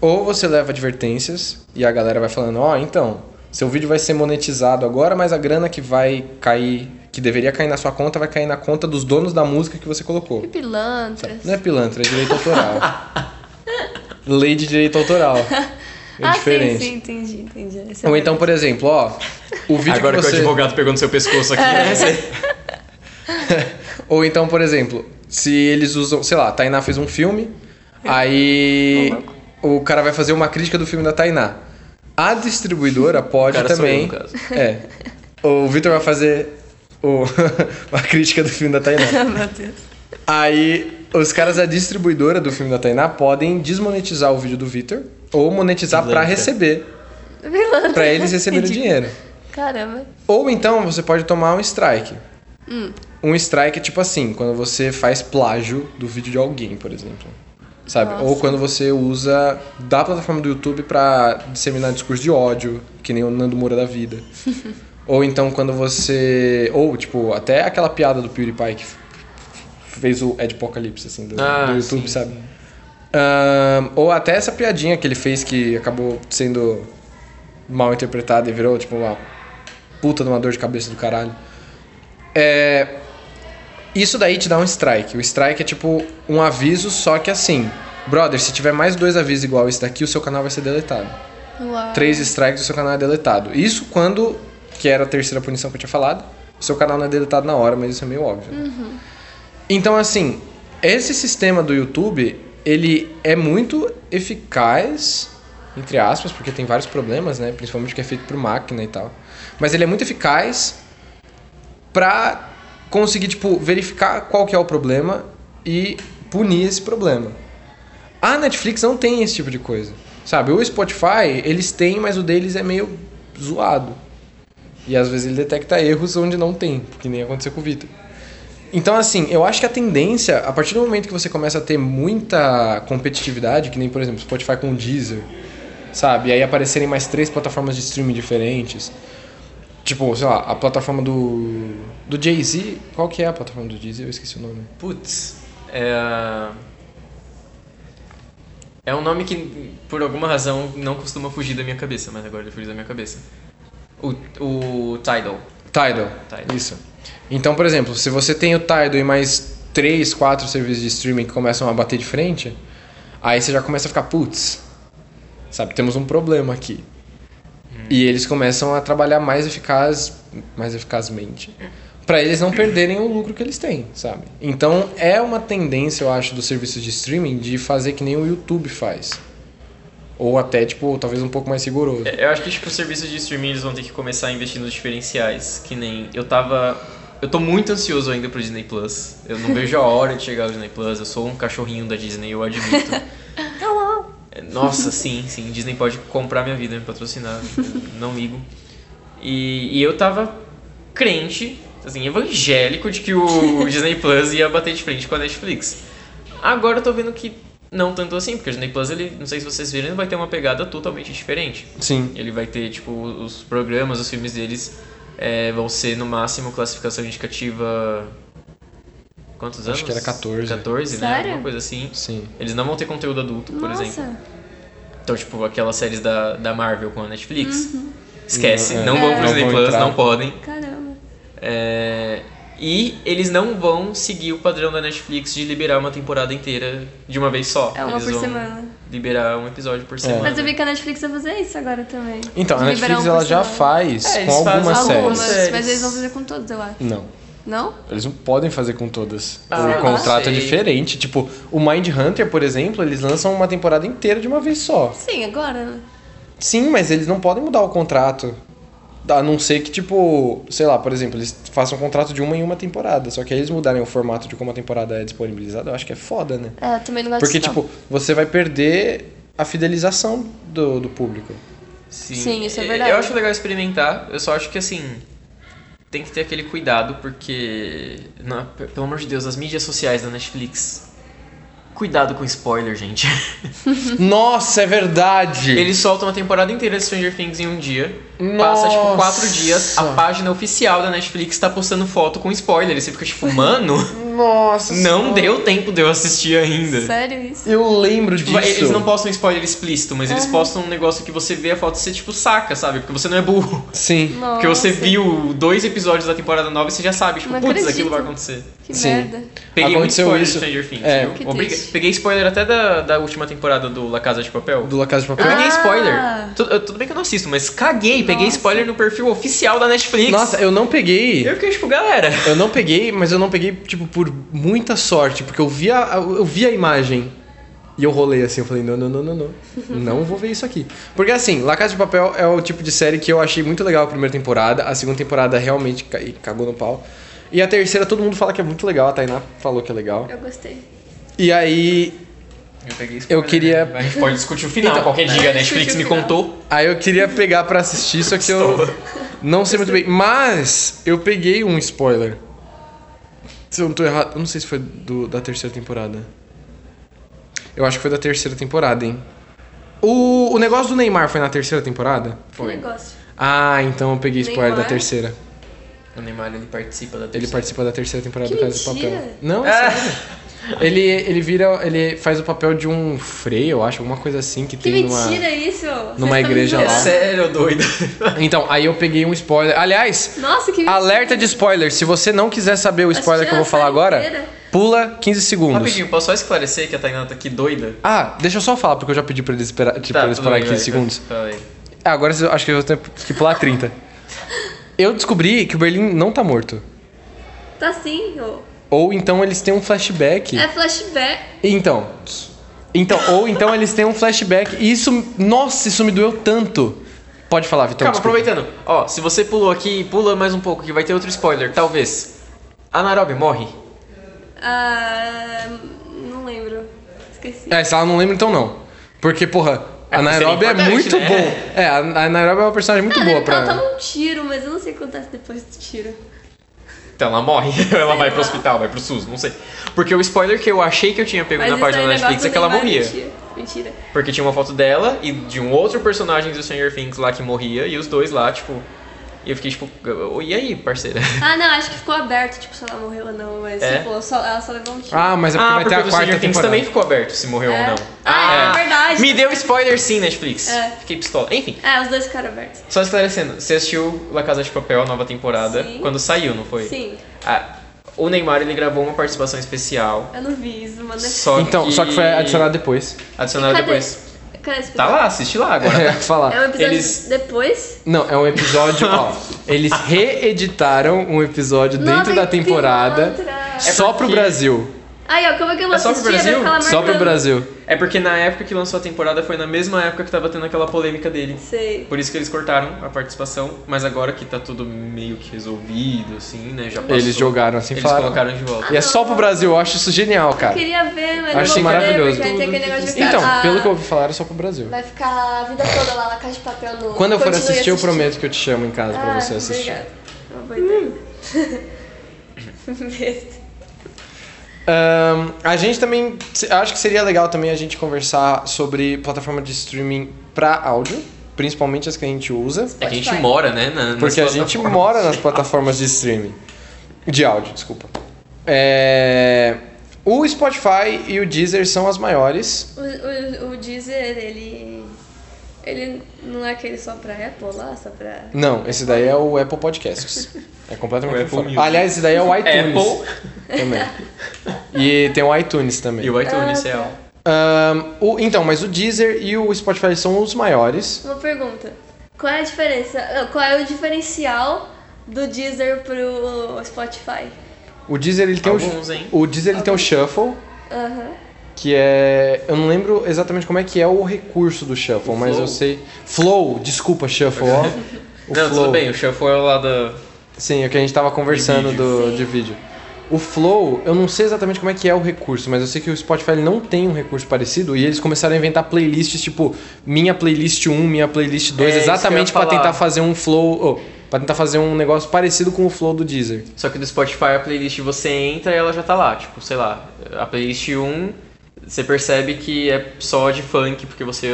Ou você leva advertências e a galera vai falando, ó, então, seu vídeo vai ser monetizado agora, mas a grana que vai cair, que deveria cair na sua conta, vai cair na conta dos donos da música que você colocou. Que pilantras. Não é pilantra, é direito autoral. Lei de direito autoral. É ah, diferente. sim, sim, entendi, entendi. Esse é Ou o- então, por exemplo, ó, o vídeo Agora que que, você... o advogado pegou no seu pescoço aqui, né? Você- Ou então, por exemplo, se eles usam, sei lá, a Tainá fez um filme, É. aí o cara vai fazer uma crítica do filme da Tainá. A distribuidora pode cara sou também. eu, no caso. É. O Victor vai fazer o... a crítica do filme da Tainá. Meu Deus. Aí os caras da distribuidora do filme da Tainá podem desmonetizar o vídeo do Vitor ou monetizar pra Pilantra. receber, Pilantra. Pra eles receberem Ridículo. dinheiro. Caramba. Ou então você pode tomar um strike. Hum. Um strike é tipo assim, quando você faz plágio do vídeo de alguém, por exemplo. Sabe? Ou Nossa. quando você usa da plataforma do YouTube pra disseminar discurso de ódio, que nem o Nando Moura da vida. ou então quando você, ou tipo, até aquela piada do PewDiePie que f- fez o Ed Apocalipse assim do, Ah, do YouTube, sim, sabe? Ahn, ou até essa piadinha que ele fez que acabou sendo mal interpretada e virou, tipo, uma puta de uma dor de cabeça do caralho. É, isso daí te dá um strike. O strike é tipo um aviso, só que assim, brother, se tiver mais dois avisos igual esse daqui, o seu canal vai ser deletado. Uau. Três strikes, o seu canal é deletado. Isso quando, que era a terceira punição que eu tinha falado, o seu canal não é deletado na hora, mas isso é meio óbvio. né? Então, assim, esse sistema do YouTube, ele é muito eficaz, entre aspas, porque tem vários problemas, né? Principalmente que é feito por máquina e tal. Mas ele é muito eficaz pra conseguir, tipo, verificar qual que é o problema e punir esse problema. A Netflix não tem esse tipo de coisa, sabe? O Spotify, eles têm, mas o deles é meio zoado. E às vezes ele detecta erros onde não tem, que nem aconteceu com o Vitor. Então, assim, eu acho que a tendência, a partir do momento que você começa a ter muita competitividade, que nem, por exemplo, Spotify com o Deezer, sabe? E aí aparecerem mais três plataformas de streaming diferentes. Tipo, sei lá, a plataforma do. Do Jay-Z. Qual que é a plataforma do Jay-Z? Eu esqueci o nome. Putz, é. É um nome que, por alguma razão, não costuma fugir da minha cabeça, mas agora ele fugiu da minha cabeça. O, o Tidal. Tidal. Tidal. Isso. Então, por exemplo, se você tem o Tidal e mais três, quatro serviços de streaming que começam a bater de frente, aí você já começa a ficar, putz, sabe, temos um problema aqui. E eles começam a trabalhar mais eficaz, mais eficazmente, para eles não perderem o lucro que eles têm, sabe? Então, é uma tendência, eu acho, dos serviços de streaming de fazer que nem o YouTube faz. Ou até, tipo, talvez um pouco mais rigoroso. É, Eu acho que, tipo, os serviços de streaming eles vão ter que começar a investir nos diferenciais. Que nem eu tava. Eu tô muito ansioso ainda pro Disney Plus. Eu não vejo a hora de chegar ao Disney Plus. Eu sou um cachorrinho da Disney, eu admito. um É, Nossa, sim, sim. Disney pode comprar minha vida, me patrocinar. eu Não ligo. E, e eu tava crente, assim, evangélico, de que o Disney Plus ia bater de frente com a Netflix. Agora eu tô vendo que não tanto assim, porque o Disney Plus, ele, não sei se vocês viram, ele vai ter uma pegada totalmente diferente. Sim. Ele vai ter, tipo, os programas, os filmes deles é, vão ser no máximo classificação indicativa. Quantos anos? Acho que era 14. 14, né? Sério? Alguma coisa assim. Sim. Eles não vão ter conteúdo adulto, por Nossa. exemplo. Então, tipo, aquelas séries da, da Marvel com a Netflix. Uhum. Esquece, Não, é. não vão pro Não Disney vão Plus, entrar. não podem. Caramba. É, E eles não vão seguir o padrão da Netflix de liberar uma temporada inteira de uma vez só. É uma Eles por vão semana. Liberar um episódio É. por semana. Mas eu vi que a Netflix vai fazer isso agora também. Então, a De liberar Netflix um ela por já semana. faz É, com eles algumas, fazem Algumas, séries. séries. mas eles vão fazer com todos, eu acho. Não. Não? Eles não podem fazer com todas. Ah, o sei lá. contrato é Sei. diferente. Tipo, o Mind Hunter, por exemplo, eles lançam uma temporada inteira de uma vez só. Sim, agora. né? Sim, mas eles não podem mudar o contrato. A não ser que, tipo, sei lá, por exemplo, eles façam um contrato de uma em uma temporada. Só que aí eles mudarem o formato de como a temporada é disponibilizada, eu acho que é foda, né? É, eu também não gosto Porque, disso, não. tipo, você vai perder a fidelização do, do público. Sim, Sim, isso é Eu- verdade. Eu acho legal experimentar, eu só acho que assim. Tem que ter aquele cuidado, porque. na- p- pelo amor de Deus, as mídias sociais da Netflix. Cuidado com spoiler, gente. Nossa, é verdade! Eles soltam a temporada inteira de Stranger Things em um dia. Passa, tipo, quatro Nossa. dias. A página oficial da Netflix tá postando foto com spoiler. E você fica tipo, mano, Nossa não senhora. deu tempo de eu assistir ainda. Sério isso? Eu lembro Tipo, disso. Eles não postam spoiler explícito, mas eles postam um negócio que você vê a foto e você, tipo, saca, sabe? Porque você não é burro. Sim. Nossa, Porque você viu dois episódios da temporada nova e você já sabe, tipo, Não putz, acredito. aquilo vai acontecer. Que Sim. merda. Peguei Aconteceu muito spoiler isso. de Stranger Things, É. viu? Que Obriga- triste. Peguei spoiler até da, da última temporada do La Casa de Papel. Do La Casa de Eu Papel. peguei Ah. spoiler. Tu- eu- tudo bem que eu não assisto, mas caguei. Peguei Nossa. spoiler no perfil oficial da Netflix. Nossa, eu não peguei. eu fiquei tipo, galera. Eu não peguei, mas eu não peguei, tipo, por muita sorte, porque eu vi a, eu vi a imagem e eu rolei assim, eu falei, não, não, não, não, não, não vou ver isso aqui. Porque assim, La Casa de Papel é o tipo de série que eu achei muito legal a primeira temporada, a segunda temporada realmente ca- e cagou no pau. E a terceira todo mundo fala que é muito legal, a Tainá falou que é legal. Eu gostei. E aí, Eu peguei Eu queria- A gente pode discutir o final qualquer dia. A Netflix Discutir o me final. contou. aí eu queria pegar pra assistir, só que eu não sei muito bem, mas eu peguei um spoiler. Se eu não tô errado, eu não sei se foi do- da terceira temporada. Eu acho que foi da terceira temporada, hein? O, o negócio do Neymar foi na terceira temporada? Que negócio. Ah, então eu peguei spoiler da Neymar? terceira. O Neymar, ele participa da Ele participa da terceira temporada Que do Casa de mentira. Papel. Não, é Ah. sério. Ele, ele vira. Ele faz o papel de um freio, eu acho, alguma coisa assim que, Que tem mentira numa. isso! Vocês numa estão me igreja lá. É zoando. sério, doida. Então, aí eu peguei um spoiler. Aliás, Nossa, que mentira. alerta de spoiler. Se você não quiser saber o spoiler que eu vou Assisti a falar série agora, inteira. pula 15 segundos. Rapidinho, posso só esclarecer que a Tainá tá aqui doida? Ah, deixa eu só falar, porque eu já pedi pra ele esperar, tipo, pra ele Tá, tudo esperar bem, 15 vai, segundos. Fala aí. Ah, agora eu acho que eu tenho que pular 30. Eu descobri que o Berlim não tá morto. Tá sim, ô. Ou então eles têm um flashback. É flashback. Então. Então, ou então eles têm um flashback. E isso. Nossa, isso me doeu tanto. Pode falar, Vitão. Calma, desculpa. aproveitando. Ó, se você pulou aqui, pula mais um pouco que vai ter outro spoiler, talvez. A Narobi morre. Ah, não lembro. Esqueci. É, se ela não lembra, então não. Porque, porra, É, a seria Nairobi é importante, muito né? bom. É, a a Nairobi é uma personagem muito Cara, boa Ela pra. toma um tiro, mas eu não sei o que acontece depois do tiro. Então ela morre, ela vai pro hospital, vai pro SUS, não sei. Porque o spoiler que eu achei que eu tinha pego Mas na isso página aí da Netflix negócio é que ela do Neymar, morria. Mentira. mentira. Porque tinha uma foto dela e de um outro personagem do Stranger Things lá que morria, e os dois lá, tipo. E eu fiquei tipo, "Ô, e aí, parceira? Ah, não, acho que ficou aberto, tipo, se ela morreu ou não, mas É? tipo, só- ela só levou um tiro. Ah, mas é porque ah, vai porque ter o a do quarta Stranger Things temporada. também ficou aberto, se morreu É. ou não. Ah, é verdade. Me deu spoiler sim, Netflix. É. Fiquei pistola. Enfim, É, os dois ficaram abertos. só esclarecendo, você assistiu La Casa de Papel, a nova temporada, Sim. quando saiu, não foi? Sim, Ah, o Neymar, ele gravou uma participação especial. eu não vi isso, mano. Só Então, que... só que foi adicionado depois. Adicionado Cadê? depois. Cadê esse Tá lá, assiste lá agora. É, falar. É um episódio Eles- depois? Não, é um episódio. ó, eles reeditaram um episódio dentro Nova da temporada pilantra. só pro porque- Brasil. Aí, ó, como é que eu vou É só pro assistir? Vai Brasil? ficar lá Só pro marcando. Brasil. É porque na época que lançou a temporada foi na mesma época que tava tendo aquela polêmica dele. Sei. Por isso que eles cortaram a participação, mas agora que tá tudo meio que resolvido, assim, né? Já passou. Eles jogaram assim, Eles falaram. colocaram de volta. E é só pro Brasil, eu acho isso genial, cara. Queria ver, Achei mas não vou poder, maravilhoso. porque vai ter aquele negócio de ficar- Então, ah, pelo que eu ouvi falar, é só pro Brasil. Vai ficar a vida toda lá na Casa de Papel no... Quando eu for Continue assistir, eu assistindo. prometo que eu te chamo em casa pra Ah, você assistir. Obrigada. É Uma boa ideia. Besta. Ahn, a gente também. se- Acho que seria legal também a gente conversar sobre plataforma de streaming pra áudio, principalmente as que a gente usa. É que a gente Spotify. mora, né? na- nas Porque a gente plataformas. mora nas plataformas de streaming. De áudio, desculpa. É, O Spotify e o Deezer são as maiores. O, o, o Deezer, ele... Ele não é aquele só pra Apple lá, só pra... Não, esse daí é o Apple Podcasts. É O completamente Apple fora. Music. Aliás, esse daí é o iTunes. Apple Também. E tem o iTunes também. e o iTunes, Ah, é. tá. ó. Ahn, o- então, mas o Deezer e o Spotify são os maiores. Uma pergunta. Qual é a diferença? ah, Qual é o diferencial do Deezer pro Spotify? O Deezer ele tem Alguns, hein? o, o Deezer ele tem o Shuffle, Aham. que é, eu não lembro exatamente como é que é o recurso do Shuffle, O mas eu Flow? sei. Flow, desculpa, Shuffle. Ó. O Não, Flow. tudo bem, o Shuffle é lá da. Sim, é o que a gente tava conversando De do Sim. de vídeo. O Flow, eu não sei exatamente como é que é o recurso, mas eu sei que o Spotify ele não tem um recurso parecido e eles começaram a inventar playlists tipo minha playlist 1, minha playlist 2, É, isso que eu ia exatamente pra falar. tentar fazer um flow, oh, para tentar fazer um negócio parecido com o flow do Deezer. Só que do Spotify a playlist você entra e ela já tá lá. Tipo, sei lá, a playlist 1 você percebe que é só de funk, porque você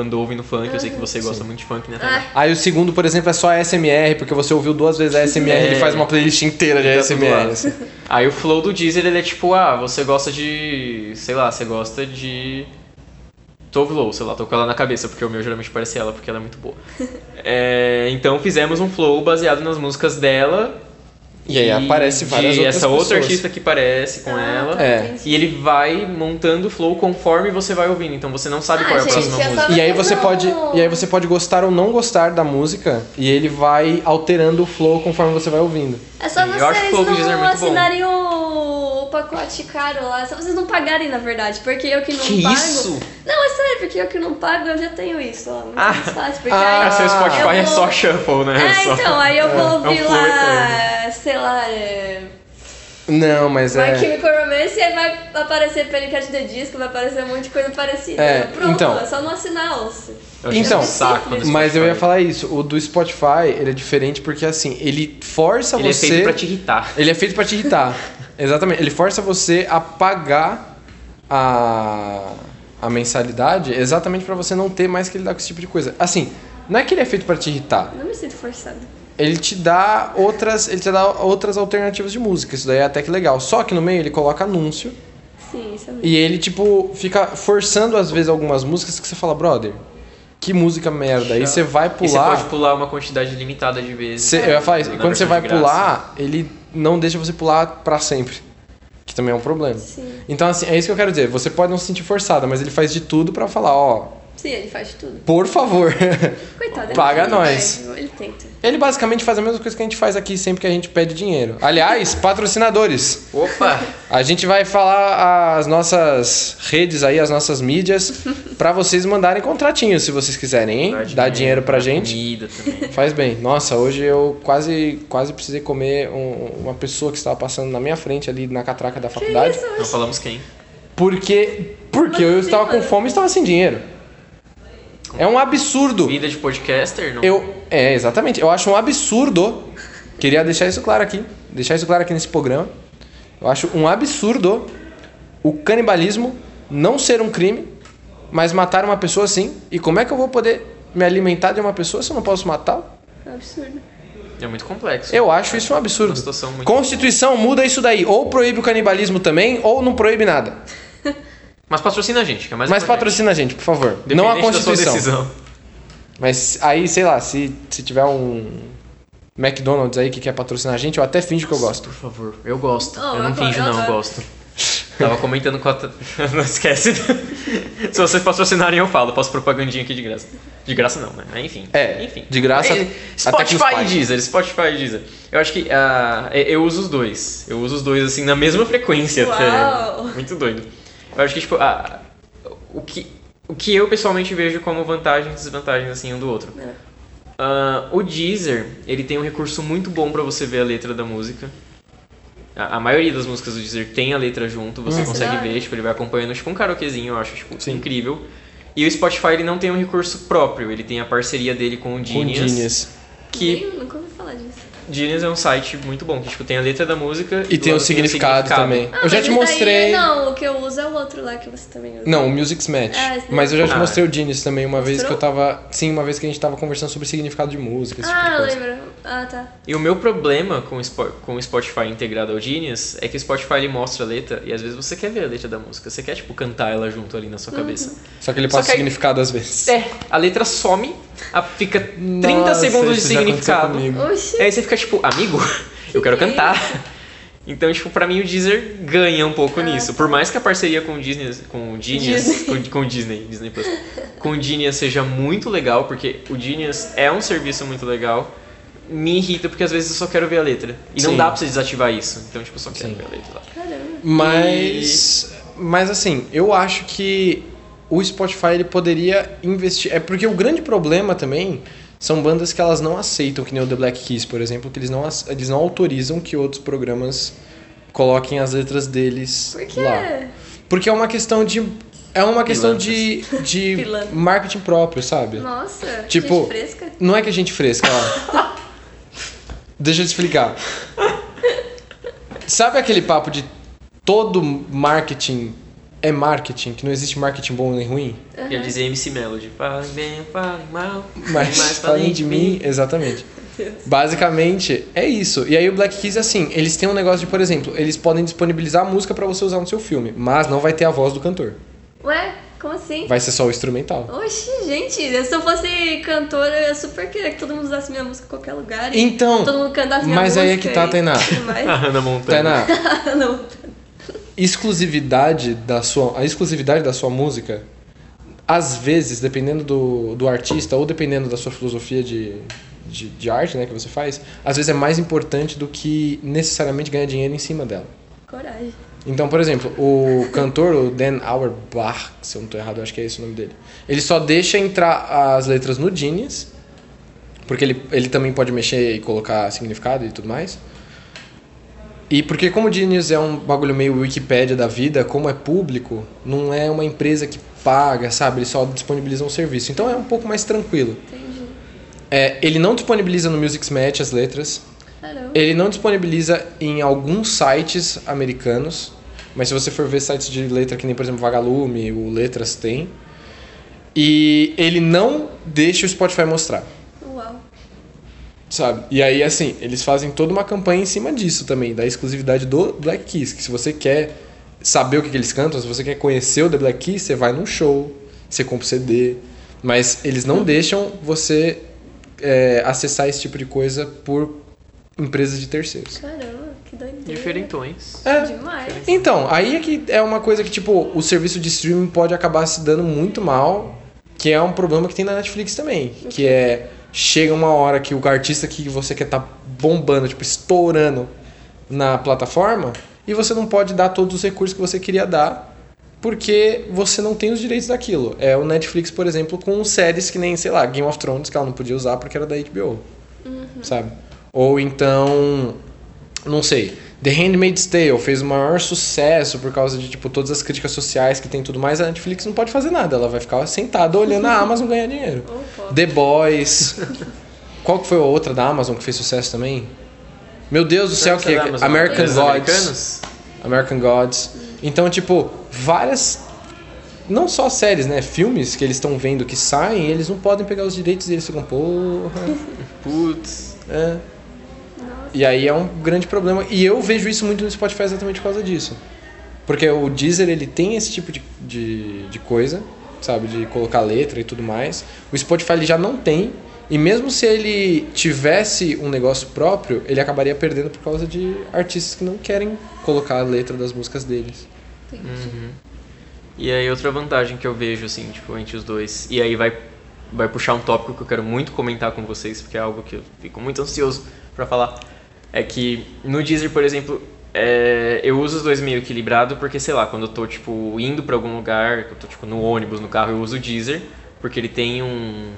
andou ouvindo funk, eu sei que você gosta muito de funk, né, Tainá? Ah, Aí o segundo, por exemplo, é só SMR, porque você ouviu duas vezes a SMR, É. ele faz uma playlist inteira de Tá SMR. tudo lá. assim. Aí o flow do Deezer, ele é tipo, ah, você gosta de, sei lá, você gosta de Tove Lo, sei lá, tô com ela na cabeça, porque o meu geralmente parece ela, porque ela é muito boa. É, então fizemos um flow baseado nas músicas dela. E aí aparece várias de outras essa outra pessoas. artista que parece Ah. com ela. É. entendi. E ele vai montando o flow conforme você vai ouvindo, então você não sabe Ah, qual é a gente, próxima eu só- música. E aí Mas você não. pode, e aí você pode gostar ou não gostar da música, e ele vai alterando o flow conforme você vai ouvindo. É só Eu acho que vocês o Flow do Deezer é não muito bom. assinarem o, o pacote caro lá. É só vocês não pagarem, na verdade. Porque eu que não Que pago. isso? Não, é sério, porque eu que não pago, eu já tenho isso. Ó, muito Ah. mais fácil. Porque Ah, Ah, aí seu eu Spotify é vou- só shuffle, né? É, só... então, aí eu vou é um ouvir flow lá, sei lá, é, Não, mas My é. Chemical Romance, e aí vai aparecer Panicat The Disco, vai aparecer um monte de coisa parecida. É, Pronto, então. é só não assinar, ouça. Eu achei Então, um saco no Mas eu ia Spotify. falar isso, o do Spotify, ele é diferente porque assim, ele força Ele você é feito pra te irritar. Ele é feito pra te irritar. Exatamente. Ele força você a pagar a, a mensalidade exatamente pra você não ter mais que lidar com esse tipo de coisa. Assim, não é que ele é feito pra te irritar. Não me sinto forçado. Ele te dá outras, ele te dá outras alternativas de música. Isso daí é até que legal. Só que no meio ele coloca anúncio Sim, isso é mesmo. E ele, tipo, fica forçando às vezes algumas músicas que você fala, brother, que música merda. Aí você vai E você pular. pode pular uma quantidade limitada de vezes. Cê- eu ia falar isso. Na Quando você versão vai de graça. pular, ele não deixa você pular pra sempre. Que também é um problema. Sim. Então, assim, é isso que eu quero dizer. Você pode não se sentir forçada, mas ele faz de tudo pra falar, ó, Sim, ele faz de tudo. por favor. Coitado, ele Paga tem nós. raiva, Ele tenta. ele basicamente faz a mesma coisa que a gente faz aqui sempre que a gente pede dinheiro. Aliás, patrocinadores. Opa! A gente vai falar as nossas redes aí, as nossas mídias, pra vocês mandarem contratinhos se vocês quiserem, hein? Dá dinheiro pra gente. Comida também. Faz bem. Nossa, hoje eu quase quase precisei comer um- uma pessoa que estava passando na minha frente ali na catraca da faculdade. Não falamos quem. Porque porque eu Mas, estava com mano. fome e estava sem dinheiro. É um absurdo. Vida de podcaster? Não. Eu é exatamente. Eu acho um absurdo. Queria deixar isso claro aqui, deixar isso claro aqui nesse programa. Eu acho um absurdo o canibalismo não ser um crime, mas matar uma pessoa sim. E como é que eu vou poder me alimentar de uma pessoa se eu não posso matá-la? É um absurdo. É muito complexo. Eu acho isso um absurdo. Uma situação muito- Constituição muda isso daí. Ou proíbe o canibalismo também, ou não proíbe nada. Mas patrocina a gente, que é mais Mas importante. patrocina a gente, por favor. Não a Independente da sua Constituição. decisão. Mas aí, sei lá, se, se tiver um McDonald's aí que quer patrocinar a gente, eu até finjo que eu gosto. Por favor, eu gosto. Oh, eu não agora- finjo, não, eu agora- gosto. Tava comentando com a. não esquece. Se vocês patrocinarem, eu falo. Faço propagandinha aqui de graça. De graça não, né? Enfim. É, Enfim. de graça É, até que os Spotify e pais. Deezer, Spotify e Deezer. Eu acho que. ah, é- eu uso os dois. Eu uso os dois, assim, na mesma frequência até. Uau! Muito doido. Eu acho que, tipo, ah, o, que, o que eu pessoalmente vejo como vantagens e desvantagens, assim, um do outro. É. Ah, o Deezer, ele tem um recurso muito bom pra você ver a letra da música. A, a maioria das músicas do Deezer tem a letra junto, você Nossa, consegue da hora. ver, tipo, ele vai acompanhando, tipo, um karaokezinho, eu acho, tipo, Uhum. Sim. incrível. E o Spotify, ele não tem um recurso próprio, ele tem a parceria dele com o Com Genius. Genius. Que Nem- nunca ouvi falar disso. Genius é um site muito bom, que, tipo, tem a letra da música... E do tem o lado significado também. Ah, eu já mas te daí- mostrei. não. Não, o que eu uso é o outro lá que você também usa. o Music Smash. Ah, esse daí. mas eu já te Ah, mostrei o Genius também uma vez que eu Mostrou? tava. Sim, uma vez que a gente tava conversando sobre significado de música, esse tipo ah, de coisa. lembro. Ah, tá. E o meu problema com o, Spo- com o Spotify integrado ao Genius é que o Spotify ele mostra a letra e às vezes você quer ver a letra da música, você quer tipo cantar ela junto ali na sua cabeça. Só que ele Só passa que aí- significado às vezes. É, a letra some, a- fica 30 Nossa, segundos de isso já aconteceu significado. comigo. Oxi. E aí você fica tipo, amigo, eu quero cantar. Então, tipo, pra mim o Deezer ganha um pouco nisso. Por mais que a parceria com o Disney, com o Genius, Disney. com, com o Disney, Disney Plus, com o Genius seja muito legal, porque o Genius é um serviço muito legal, me irrita porque às vezes eu só quero ver a letra. E Sim. não dá pra você desativar isso. Então, tipo, eu só quero Sim. ver a letra lá. Caramba. Mas. Mas assim, eu acho que o Spotify ele poderia investir. É porque o grande problema também são bandas que elas não aceitam, que nem o The Black Keys, por exemplo, que eles não, ace- eles não autorizam que outros programas coloquem as letras deles Por quê? lá. Porque é uma questão de. É uma questão de, de Pilantras. marketing próprio, sabe? Nossa, Tipo- gente fresca. Não é que a gente fresca, ó. Deixa eu te explicar. Sabe aquele papo de todo marketing é marketing, que não existe marketing bom nem ruim? Eu Quer dizer MC Melody. Falem bem, falem mal. Mas falem de mim, exatamente. Basicamente, é isso. E aí o Black Keys, assim, eles têm um negócio de, por exemplo, eles podem disponibilizar a música pra você usar no seu filme, mas não vai ter a voz do cantor. Ué, como assim? Vai ser só o instrumental. Oxi, gente, se eu fosse cantora, eu super queria que todo mundo usasse minha música em qualquer lugar. e Então, todo mundo cantasse minha mas música. aí é que tá, e Tainá. tudo mais. A Hannah Montana. Tainá, Não. exclusividade da sua a exclusividade da sua música às vezes dependendo do, do artista ou dependendo da sua filosofia de, de, de arte né que você faz às vezes é mais importante do que necessariamente ganhar dinheiro em cima dela Coragem. então por exemplo o cantor o Dan Auerbach se eu não tô errado eu acho que é esse o nome dele ele só deixa entrar as letras no Genius porque ele, ele também pode mexer e colocar significado e tudo mais. E porque como o Genius é um bagulho meio Wikipédia da vida, como é público, não é uma empresa que paga, sabe? Ele só disponibiliza um serviço. Então é um pouco mais tranquilo. Entendi. É, ele não disponibiliza no Music Match as letras. Caramba. Ele não disponibiliza em alguns sites americanos. Mas se você for ver sites de letra que nem, por exemplo, Vagalume, o Letras tem. E ele não deixa o Spotify mostrar. Uau. Sabe? E aí, assim, eles fazem toda uma campanha em cima disso também, da exclusividade do Black Keys, que se você quer saber o que, que eles cantam, se você quer conhecer o The Black Keys, você vai num show, você compra o CD. Mas eles não deixam você é, acessar esse tipo de coisa por empresas de terceiros. Caramba, que doideira. Diferentões. É. Demais. Então, aí é que é uma coisa que, tipo, o serviço de streaming pode acabar se dando muito mal, que é um problema que tem na Netflix também. Que é. Chega uma hora que o artista que você quer tá bombando, tipo, estourando na plataforma, e você não pode dar todos os recursos que você queria dar, porque você não tem os direitos daquilo. É o Netflix, por exemplo, com séries que nem, sei lá, Game of Thrones, que ela não podia usar porque era da HBO. Sabe? Ou então não sei. The Handmaid's Tale fez o maior sucesso por causa de, tipo, todas as críticas sociais que tem e tudo mais. A Netflix não pode fazer nada. Ela vai ficar sentada olhando a Amazon ganhar dinheiro. Ou pop. The Boys. Qual que foi a outra da Amazon que fez sucesso também? Meu Deus do céu, que Será é Amazon? é American Os Gods. americanos? American Gods. Então, tipo, várias. Não só séries, né? Filmes que eles estão vendo que saem, eles não podem pegar os direitos e eles ficam, porra. Putz. É. E aí é um grande problema. E eu vejo isso muito no Spotify exatamente por causa disso. Porque o Deezer, ele tem esse tipo de, de, de coisa, sabe? De colocar letra e tudo mais. O Spotify, ele já não tem. E mesmo se ele tivesse um negócio próprio, ele acabaria perdendo por causa de artistas que não querem colocar a letra das músicas deles. Hum. E aí outra vantagem que eu vejo, assim, tipo, entre os dois. E aí vai, vai puxar um tópico que eu quero muito comentar com vocês, porque é algo que eu fico muito ansioso pra falar. É que no Deezer, por exemplo, é, eu uso os dois meio equilibrado, porque, sei lá, quando eu tô, tipo, indo pra algum lugar, que eu tô, tipo, no ônibus, no carro, eu uso o Deezer, porque ele tem um...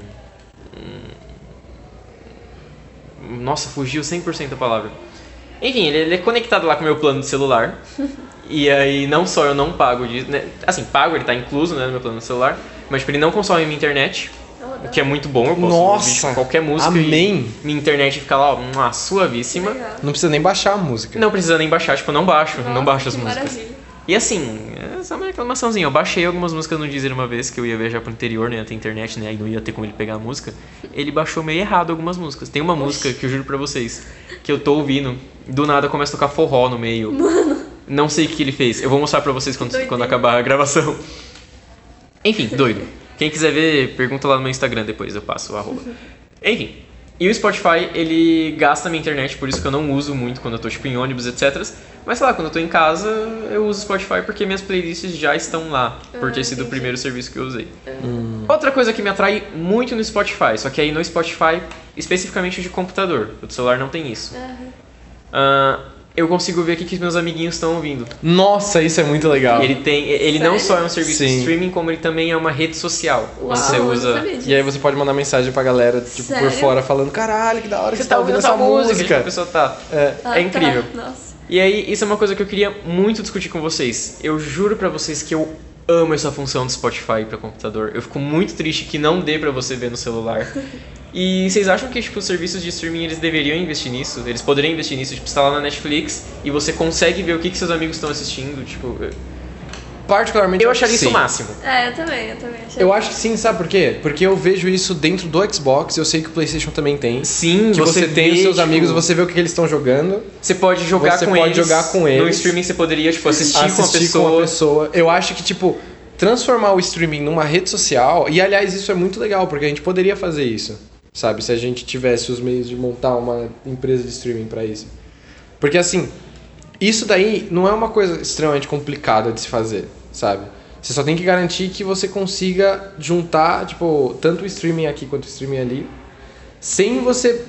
um- Nossa, fugiu 100% a palavra. Enfim, ele, ele é conectado lá com o meu plano de celular. E aí, não só eu não pago o Deezer, né? assim, pago, ele tá incluso né, no meu plano de celular, mas tipo, ele não consome minha internet, o que é muito bom, eu posso Nossa! ouvir, tipo, qualquer música Amém! e minha internet fica lá, ó, uma suavíssima. Legal. Não precisa nem baixar a música. Não precisa nem baixar, tipo, eu não baixo, não Nossa, baixo as que músicas. Maravilha. E assim, é só uma reclamaçãozinha. Eu baixei algumas músicas no Deezer uma vez que eu ia viajar pro interior, não ia ter internet, né? Aí não ia ter como ele pegar a música. Ele baixou meio errado algumas músicas. Tem uma música que eu juro pra vocês que eu tô ouvindo, do nada começa a tocar forró no meio. Mano. Não sei o que ele fez. Eu vou mostrar pra vocês quando, Doideira. quando acabar a gravação. Enfim, doido. Quem quiser ver, pergunta lá no meu Instagram depois, eu passo o arroba. Enfim. E o Spotify, ele gasta minha internet, por isso que eu não uso muito quando eu tô tipo em ônibus, etc. Mas sei lá, quando eu tô em casa, eu uso o Spotify porque minhas playlists já estão lá, por ter sido Ah, o entendi. É. primeiro serviço que eu usei. Hum. Outra coisa que me atrai muito no Spotify, só que aí no Spotify, especificamente de computador, o do celular não tem isso. Aham. Ah, eu consigo ver o que que meus amiguinhos estão ouvindo. Nossa, isso é muito legal. Ele tem, ele não Sério? só é um serviço de Sim. streaming, como ele também é uma rede social. Uau, Você eu não usa sabia disso. E aí você pode mandar mensagem pra galera, tipo, Sério? por fora, falando, caralho, que da hora que você tá ouvindo essa tipo, música. A pessoa tá. É. Ah, tá. incrível. Nossa. E aí, isso é uma coisa que eu queria muito discutir com vocês. Eu juro pra vocês que eu amo essa função do Spotify pra computador. Eu fico muito triste que não dê pra você ver no celular. E vocês acham que tipo, os serviços de streaming eles deveriam investir nisso? Eles poderiam investir nisso? Tipo, você tá lá na Netflix e você consegue ver o que, que seus amigos estão assistindo? Tipo, eu- Particularmente eu acho acharia que isso o sim. máximo. É, eu também, eu também achei. Eu acho que sim, sabe por quê? Porque eu vejo isso dentro do Xbox, eu sei que o PlayStation também tem. Sim, Que você, tem os vê, seus tipo, amigos, você vê o que que eles estão jogando, Você pode jogar Você com pode eles. jogar com No eles. streaming você poderia, tipo, assistir, assistir com a pessoa. com a pessoa. Eu acho que, tipo, transformar o streaming numa rede social, e aliás, isso é muito legal, porque a gente poderia fazer isso, sabe? Se a gente tivesse os meios de montar uma empresa de streaming pra isso. Porque assim, isso daí não é uma coisa extremamente complicada de se fazer, sabe? Você só tem que garantir que você consiga juntar, tipo, tanto o streaming aqui quanto o streaming ali, sem você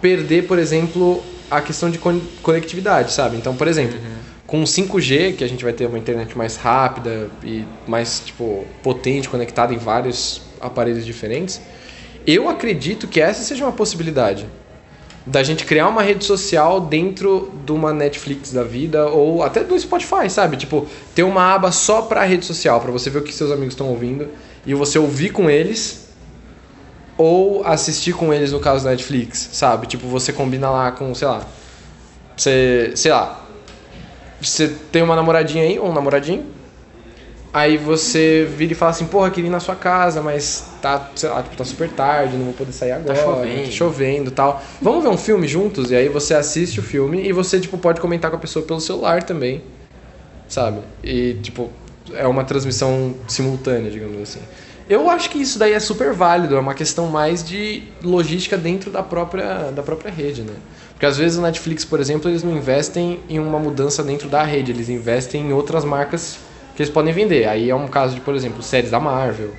perder, por exemplo, a questão de con- conectividade, sabe? Então, por exemplo, com o 5G, que a gente vai ter uma internet mais rápida e mais, tipo, potente, conectada em vários aparelhos diferentes, eu acredito que essa seja uma possibilidade da gente criar uma rede social dentro de uma Netflix da vida ou até do Spotify, sabe? Tipo, ter uma aba só pra rede social, pra você ver o que seus amigos estão ouvindo e você ouvir com eles ou assistir com eles no caso da Netflix, sabe? Tipo, você combina lá com, sei lá, você, sei lá, você tem uma namoradinha aí ou um namoradinho, aí você vira e fala assim, porra, queria ir na sua casa, mas tá, sei lá, tipo, tá super tarde, não vou poder sair agora, chovendo." tá chovendo e tal. Vamos ver um filme juntos? E aí você assiste o filme e você, tipo, pode comentar com a pessoa pelo celular também. sabe? E, tipo, é uma transmissão simultânea, digamos assim. Eu acho que isso daí é super válido, é uma questão mais de logística dentro da própria, da própria rede, né? Porque às vezes o Netflix, por exemplo, eles não investem em uma mudança dentro da rede, eles investem em outras marcas que eles podem vender. Aí é um caso de, por exemplo, séries da Marvel.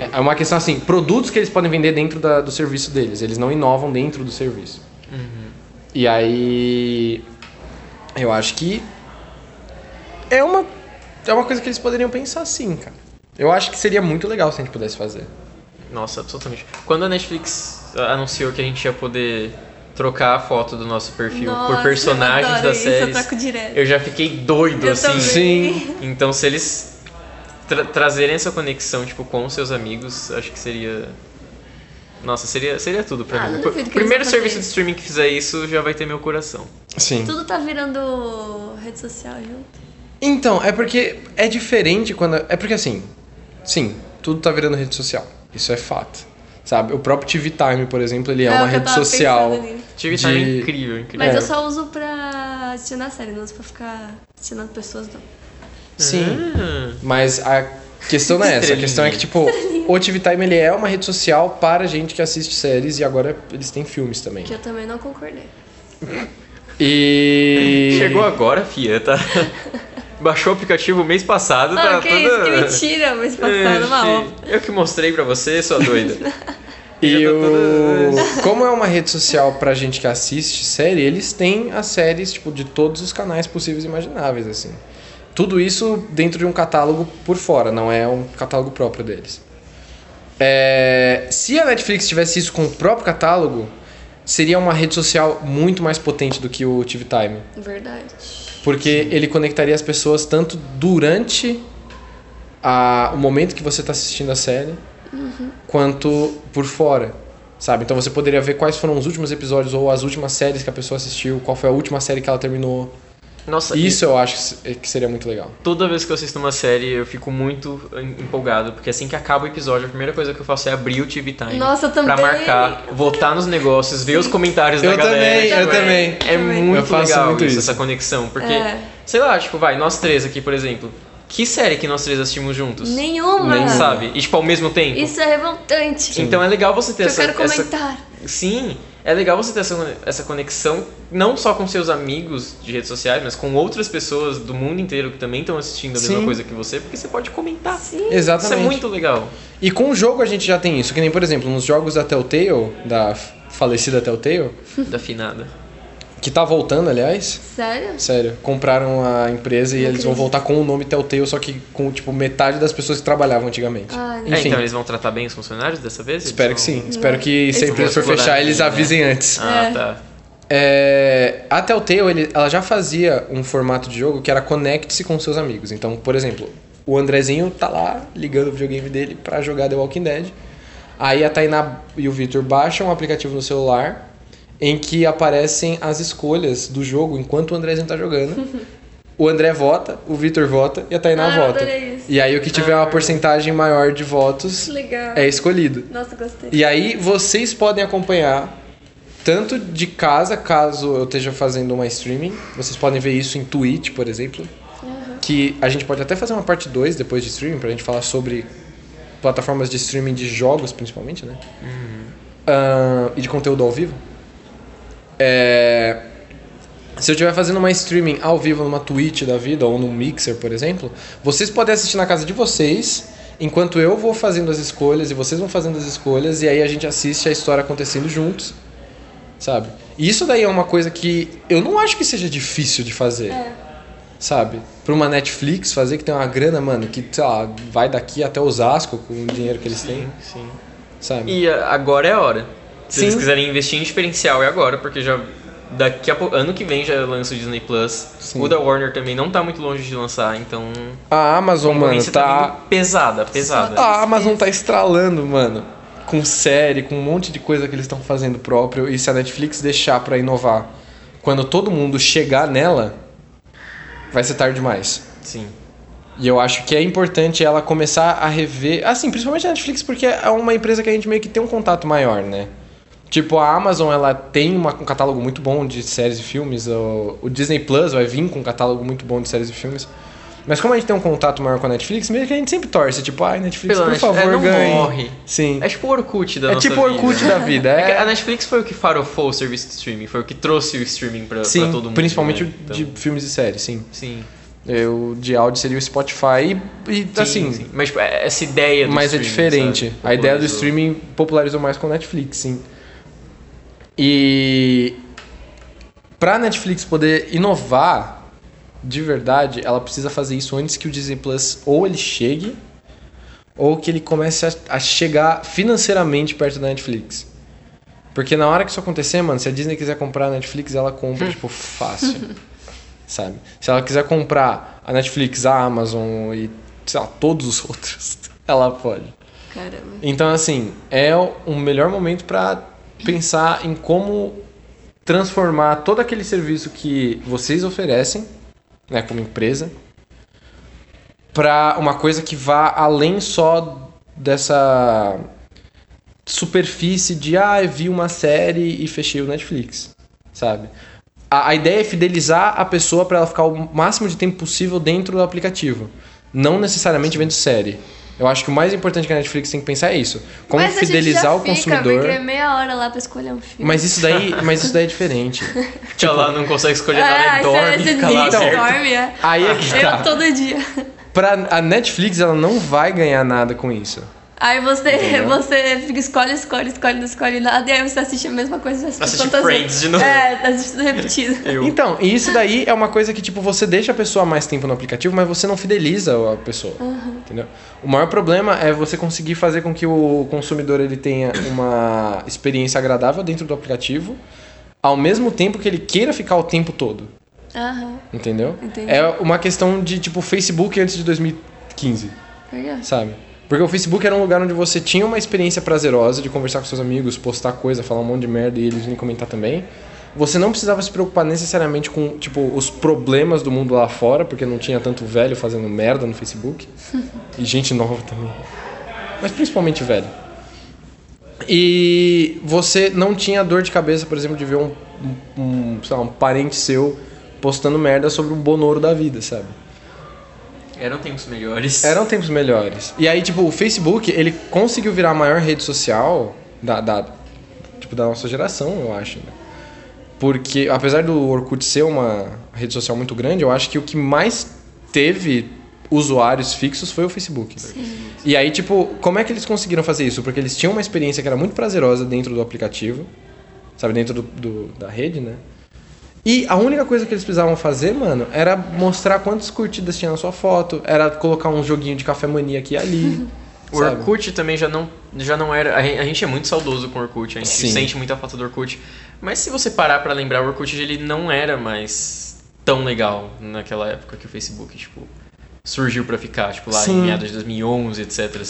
É- É uma questão assim, produtos que eles podem vender dentro da- do serviço deles, eles não inovam dentro do serviço. E aí eu acho que é uma é uma coisa que eles poderiam pensar sim, cara. Eu acho que seria muito legal se a gente pudesse fazer. Nossa, absolutamente. Quando a Netflix anunciou que a gente ia poder trocar a foto do nosso perfil por Nossa, eu personagens adoro das isso, séries, Eu troco direto. eu já fiquei doido, Eu assim. também. Sim. Então, se eles tra- trazerem essa conexão, tipo, com os seus amigos, acho que seria... Nossa, seria, seria tudo pra Ah, mim. não Pr- duvido que eles Primeiro vão serviço fazer de isso. streaming que fizer isso, já vai ter meu coração. Sim. Tudo tá virando rede social junto. Então, é porque é diferente quando. É porque assim, sim, tudo tá virando rede social. Isso é fato. Sabe? O próprio TV Time, por exemplo, ele é, É, uma o que eu rede tava social. pensando nisso. Tive De- time incrível, incrível. Mas É. eu só uso pra adicionar série, não uso pra ficar adicionando pessoas, não. Sim. Ah. Mas a questão não é essa. A questão é que, tipo, o TV Time ele é uma rede social para gente que assiste séries e agora eles têm filmes também. Que eu também não concordei. E. Chegou agora, fia, tá? Baixou o aplicativo mês passado, Ah, tá que isso, que toda... mentira, mas tá É, passado uma fi, obra. Eu que mostrei pra você, sua doida. E Já tá o... toda- como é uma rede social pra gente que assiste série, eles têm as séries tipo, de todos os canais possíveis e imagináveis, assim. Tudo isso dentro de um catálogo por fora, não é um catálogo próprio deles. É, Se a Netflix tivesse isso com o próprio catálogo, seria uma rede social muito mais potente do que o TV Time. Verdade. Porque ele conectaria as pessoas tanto durante a- o momento que você está assistindo a série, Uhum. quanto por fora. Sabe? Então você poderia ver quais foram os últimos episódios ou as últimas séries que a pessoa assistiu, qual foi a última série que ela terminou. Nossa, Isso eu acho que se- é, que seria muito legal. e toda vez que eu assisto uma série, eu fico muito em- empolgado, porque assim que acaba o episódio, a primeira coisa que eu faço é abrir o TV Time. Nossa, eu também. Pra marcar, votar nos negócios, ver os comentários Eu da galera. também, eu tipo, é- também. É Também. muito Eu faço legal muito isso, isso. essa conexão, porque, É. sei lá, tipo, vai, nós três aqui, por exemplo, que série que nós três assistimos juntos? Nenhuma. Nem Sabe? E tipo, ao mesmo tempo. Isso é revoltante. Então é legal você ter eu essa, quero essa comentar. Sim, é legal você ter essa, essa conexão, não só com seus amigos de redes sociais, mas com outras pessoas do mundo inteiro que também estão assistindo a mesma Sim. coisa que você, porque você pode comentar. Sim. Exatamente. Isso é muito legal. E com o jogo a gente já tem isso. Que nem, por exemplo, nos jogos da Telltale, da f- falecida Telltale, Da finada. que tá voltando, aliás. Sério? Sério, compraram a empresa e Não eles vão acredito. voltar com o nome Telltale, só que com, tipo, metade das pessoas que trabalhavam antigamente. Ai, Enfim, É, então eles vão tratar bem os funcionários dessa vez? Eles espero que vão- sim. Espero que se a Eles empresa vão for explorar fechar, aqui, eles né? avisem antes. Ah, É. tá. É, a Telltale, ele- ela já fazia um formato de jogo que era conecte-se com seus amigos. Então, por exemplo, o Andrezinho tá lá ligando o videogame dele pra jogar The Walking Dead. Aí a Tainá e o Victor baixam um aplicativo no celular em que aparecem as escolhas do jogo enquanto o Andrezinho tá jogando. O André vota, o Victor vota e a Tainá Ah, eu vota. adorei isso. Ah. E aí o que tiver uma porcentagem maior de votos Que legal. é escolhido. Nossa, gostei. E aí vocês podem acompanhar tanto de casa, caso eu esteja fazendo uma streaming. Vocês podem ver isso em Twitch, por exemplo. Que a gente pode até fazer uma parte 2 depois de streaming, pra gente falar sobre plataformas de streaming de jogos, principalmente, né? Ahn, e de conteúdo ao vivo. É, Se eu estiver fazendo uma streaming ao vivo numa Twitch da vida ou num Mixer, por exemplo, vocês podem assistir na casa de vocês, enquanto eu vou fazendo as escolhas e vocês vão fazendo as escolhas, e aí a gente assiste a história acontecendo juntos, sabe? E isso daí é uma coisa que eu não acho que seja difícil de fazer. Sabe? Pra uma Netflix fazer que tem uma grana, mano, que, sei lá, vai daqui até Osasco com o dinheiro que eles têm, Sim, sim. sabe? E a- agora é a hora. Se Sim. eles quiserem investir em diferencial, é agora, porque já. Daqui a pouco, ano que vem já lança o Disney Plus. Sim. O da Warner também não tá muito longe de lançar, então. A Amazon, a mano, concorrência tá. vindo pesada, pesada. A Amazon tá estralando, mano. Com série, com um monte de coisa que eles estão fazendo próprio. E se a Netflix deixar pra inovar quando todo mundo chegar nela, vai ser tarde demais. Sim. E eu acho que é importante ela começar a rever. Assim, principalmente a Netflix, porque é uma empresa que a gente meio que tem um contato maior, né? Tipo, a Amazon, ela tem uma- um catálogo muito bom de séries e filmes. O, o Disney Plus vai vir com um catálogo muito bom de séries e filmes. Mas como a gente tem um contato maior com a Netflix, meio que a gente sempre torce, tipo, ai, Netflix, Pela por Netflix, favor, é, não ganhe. morre. Sim. É tipo o Orkut da É nossa tipo o Orkut vida. da vida, É que é. a Netflix foi o que farofou o serviço de streaming, foi o que trouxe o streaming pra, pra Sim, todo mundo. principalmente né? o Então, de filmes e séries, sim. Sim. Eu, de áudio seria o Spotify e, e, Sim, assim, sim. Mas tipo, é- essa ideia do mas é streaming, diferente. sabe? Tipo, A ideia do Popularizou. streaming popularizou mais com o Netflix, sim. E pra Netflix poder inovar de verdade, ela precisa fazer isso antes que o Disney Plus ou ele chegue ou que ele comece a, a chegar financeiramente perto da Netflix. Porque na hora que isso acontecer, mano, se a Disney quiser comprar a Netflix, ela compra, tipo, fácil. sabe? Se ela quiser comprar a Netflix, a Amazon e, sei lá, todos os outros, ela pode. Caramba. Então, assim, é o melhor momento pra pensar em como transformar todo aquele serviço que vocês oferecem, né, como empresa, pra uma coisa que vá além só dessa superfície de, ah, eu vi uma série e fechei o Netflix, sabe? A, a ideia é fidelizar a pessoa pra ela ficar o máximo de tempo possível dentro do aplicativo, não necessariamente vendo série. Eu acho que o mais importante que a Netflix tem que pensar é isso. Como Mas a gente fidelizar já o fica, consumidor. Porque é meia hora lá pra escolher um filme. Mas isso daí, mas isso daí é diferente. Tipo, ela não consegue escolher nada Ah, e isso é dorme, esse fica lá Então, aberto. dorme, é. Aí é que Eu tá. todo dia. Pra, a Netflix ela não vai ganhar nada com isso. Aí você, Entendeu? você fica, escolhe, escolhe, escolhe, não escolhe nada, e aí você assiste a mesma coisa, você assiste Assiste tantas Friends de novo. É, assiste tudo repetido. Eu. Então, e isso daí é uma coisa que tipo você deixa a pessoa mais tempo no aplicativo, mas você não fideliza a pessoa, entendeu? O maior problema é você conseguir fazer com que o consumidor ele tenha uma experiência agradável dentro do aplicativo, ao mesmo tempo que ele queira ficar o tempo todo, É. Aham, entendeu? Entendi. É uma questão de tipo Facebook antes de 2015. legal. sabe? Porque o Facebook era um lugar onde você tinha uma experiência prazerosa de conversar com seus amigos, postar coisa, falar um monte de merda e eles virem comentar também. Você não precisava se preocupar necessariamente com, tipo, os problemas do mundo lá fora, porque não tinha tanto velho fazendo merda no Facebook. e gente nova também. Mas principalmente velho. E você não tinha dor de cabeça, por exemplo, de ver um, um- um, sei lá, um parente seu postando merda sobre um bonoro da vida, sabe? Eram tempos melhores. Eram tempos melhores. E aí, tipo, o Facebook, ele conseguiu virar a maior rede social da, da- tipo, da nossa geração, eu acho, né? Porque, apesar do Orkut ser uma rede social muito grande, eu acho que o que mais teve usuários fixos foi o Facebook. E aí, tipo, como é que eles conseguiram fazer isso? Porque eles tinham uma experiência que era muito prazerosa dentro do aplicativo, sabe, dentro do- do- da rede, né? E a única coisa que eles precisavam fazer, mano, era mostrar quantas curtidas tinha na sua foto, era colocar um joguinho de café mania aqui e ali. O sabe? Orkut também já não, já não era. A gen- a gente é muito saudoso com o Orkut, a gente Sim. sente muita falta do Orkut. Mas se você parar pra lembrar, o Orkut ele não era mais tão legal naquela época que o Facebook tipo, surgiu pra ficar, tipo lá Sim. em meados de 2011, etc.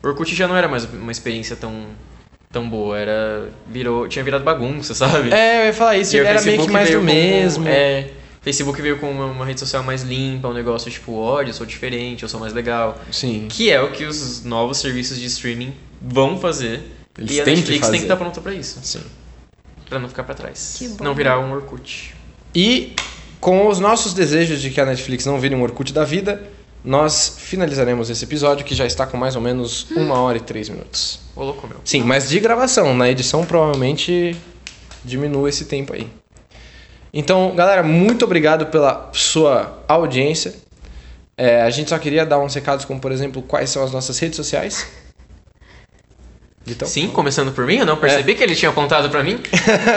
O Orkut já não era mais uma experiência tão, tão boa, era virou, tinha virado bagunça, sabe? É, eu ia falar isso, E o era meio que Facebook mais veio do com- mesmo. É. Facebook veio com uma, uma rede social mais limpa, um negócio tipo, olha, eu sou diferente, eu sou mais legal. Sim. Que é o que os novos serviços de streaming vão fazer. Eles e a têm que Netflix tem fazer. que estar pronta pra isso. Sim. Pra não ficar pra trás. Que bom. Não virar um Orkut. E com os nossos desejos de que a Netflix não vire um Orkut da vida, nós finalizaremos esse episódio que já está com mais ou menos uma hora e três minutos. Ô louco, meu. Sim, mas de gravação. Na edição provavelmente diminua esse tempo aí. Então, galera, muito obrigado pela sua audiência. É, a gente só queria dar uns recados, como por exemplo, quais são as nossas redes sociais. Então, Sim, começando por mim, eu não percebi que ele tinha apontado pra mim.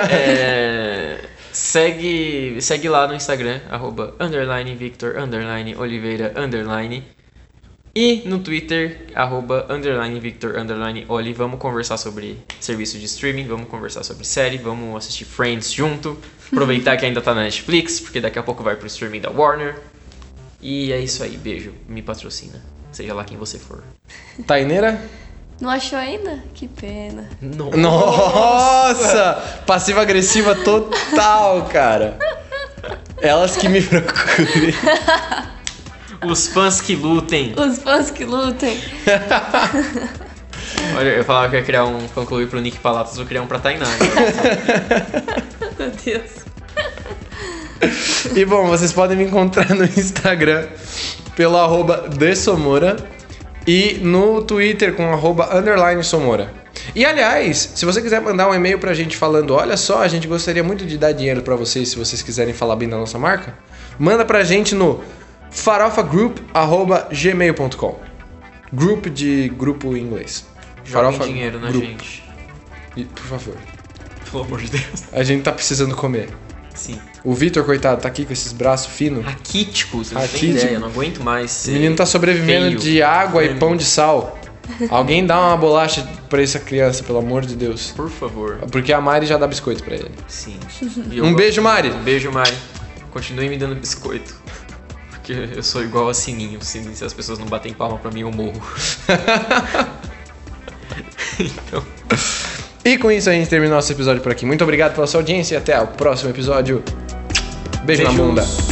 É, segue, segue lá no Instagram, arroba underline Victor, underline Oliveira, underline. E no Twitter, arroba underline Victor, underline Oli. Vamos conversar sobre serviço de streaming, vamos conversar sobre série, vamos assistir Friends junto. Aproveitar que ainda tá na Netflix, porque daqui a pouco vai pro streaming da Warner. E é isso aí, beijo. Me patrocina. Seja lá quem você for. Taineira? Não achou ainda? Que pena. Nossa! Nossa! Passiva agressiva total, cara. Elas que me procurem. Os fãs que lutem. Os fãs que lutem. Olha, eu falava que eu ia criar um fã clube pro Nick Palatos, vou criar um pra Tainá. agora. Meu Deus. E bom, vocês podem me encontrar no Instagram pelo arroba The Somora e no Twitter com arroba underline Somora. E aliás, se você quiser mandar um e-mail pra gente falando, olha só, a gente gostaria muito de dar dinheiro pra vocês se vocês quiserem falar bem da nossa marca, manda pra gente no farofagroup@gmail.com. Group de grupo em inglês. Joguem dinheiro na Group. gente. E, por favor. Pelo amor de Deus. A gente tá precisando comer. Sim. O Vitor, coitado, tá aqui com esses braços finos. Raquítico, vocês não têm Raquítico. ideia, eu não aguento mais. O menino tá sobrevivendo feio. de água e Feio. pão de sal. Alguém dá uma bolacha pra essa criança, pelo amor de Deus. Por favor. Porque a Mari já dá biscoito pra ele. Sim. E eu Um gosto- beijo, Mari. Um beijo, Mari. Continue me dando biscoito. Porque eu sou igual a Sininho. Se, se as pessoas não batem palma pra mim, eu morro. então, E com isso a gente termina nosso episódio por aqui. Muito obrigado pela sua audiência e até o próximo episódio. Beijo na beijos. bunda.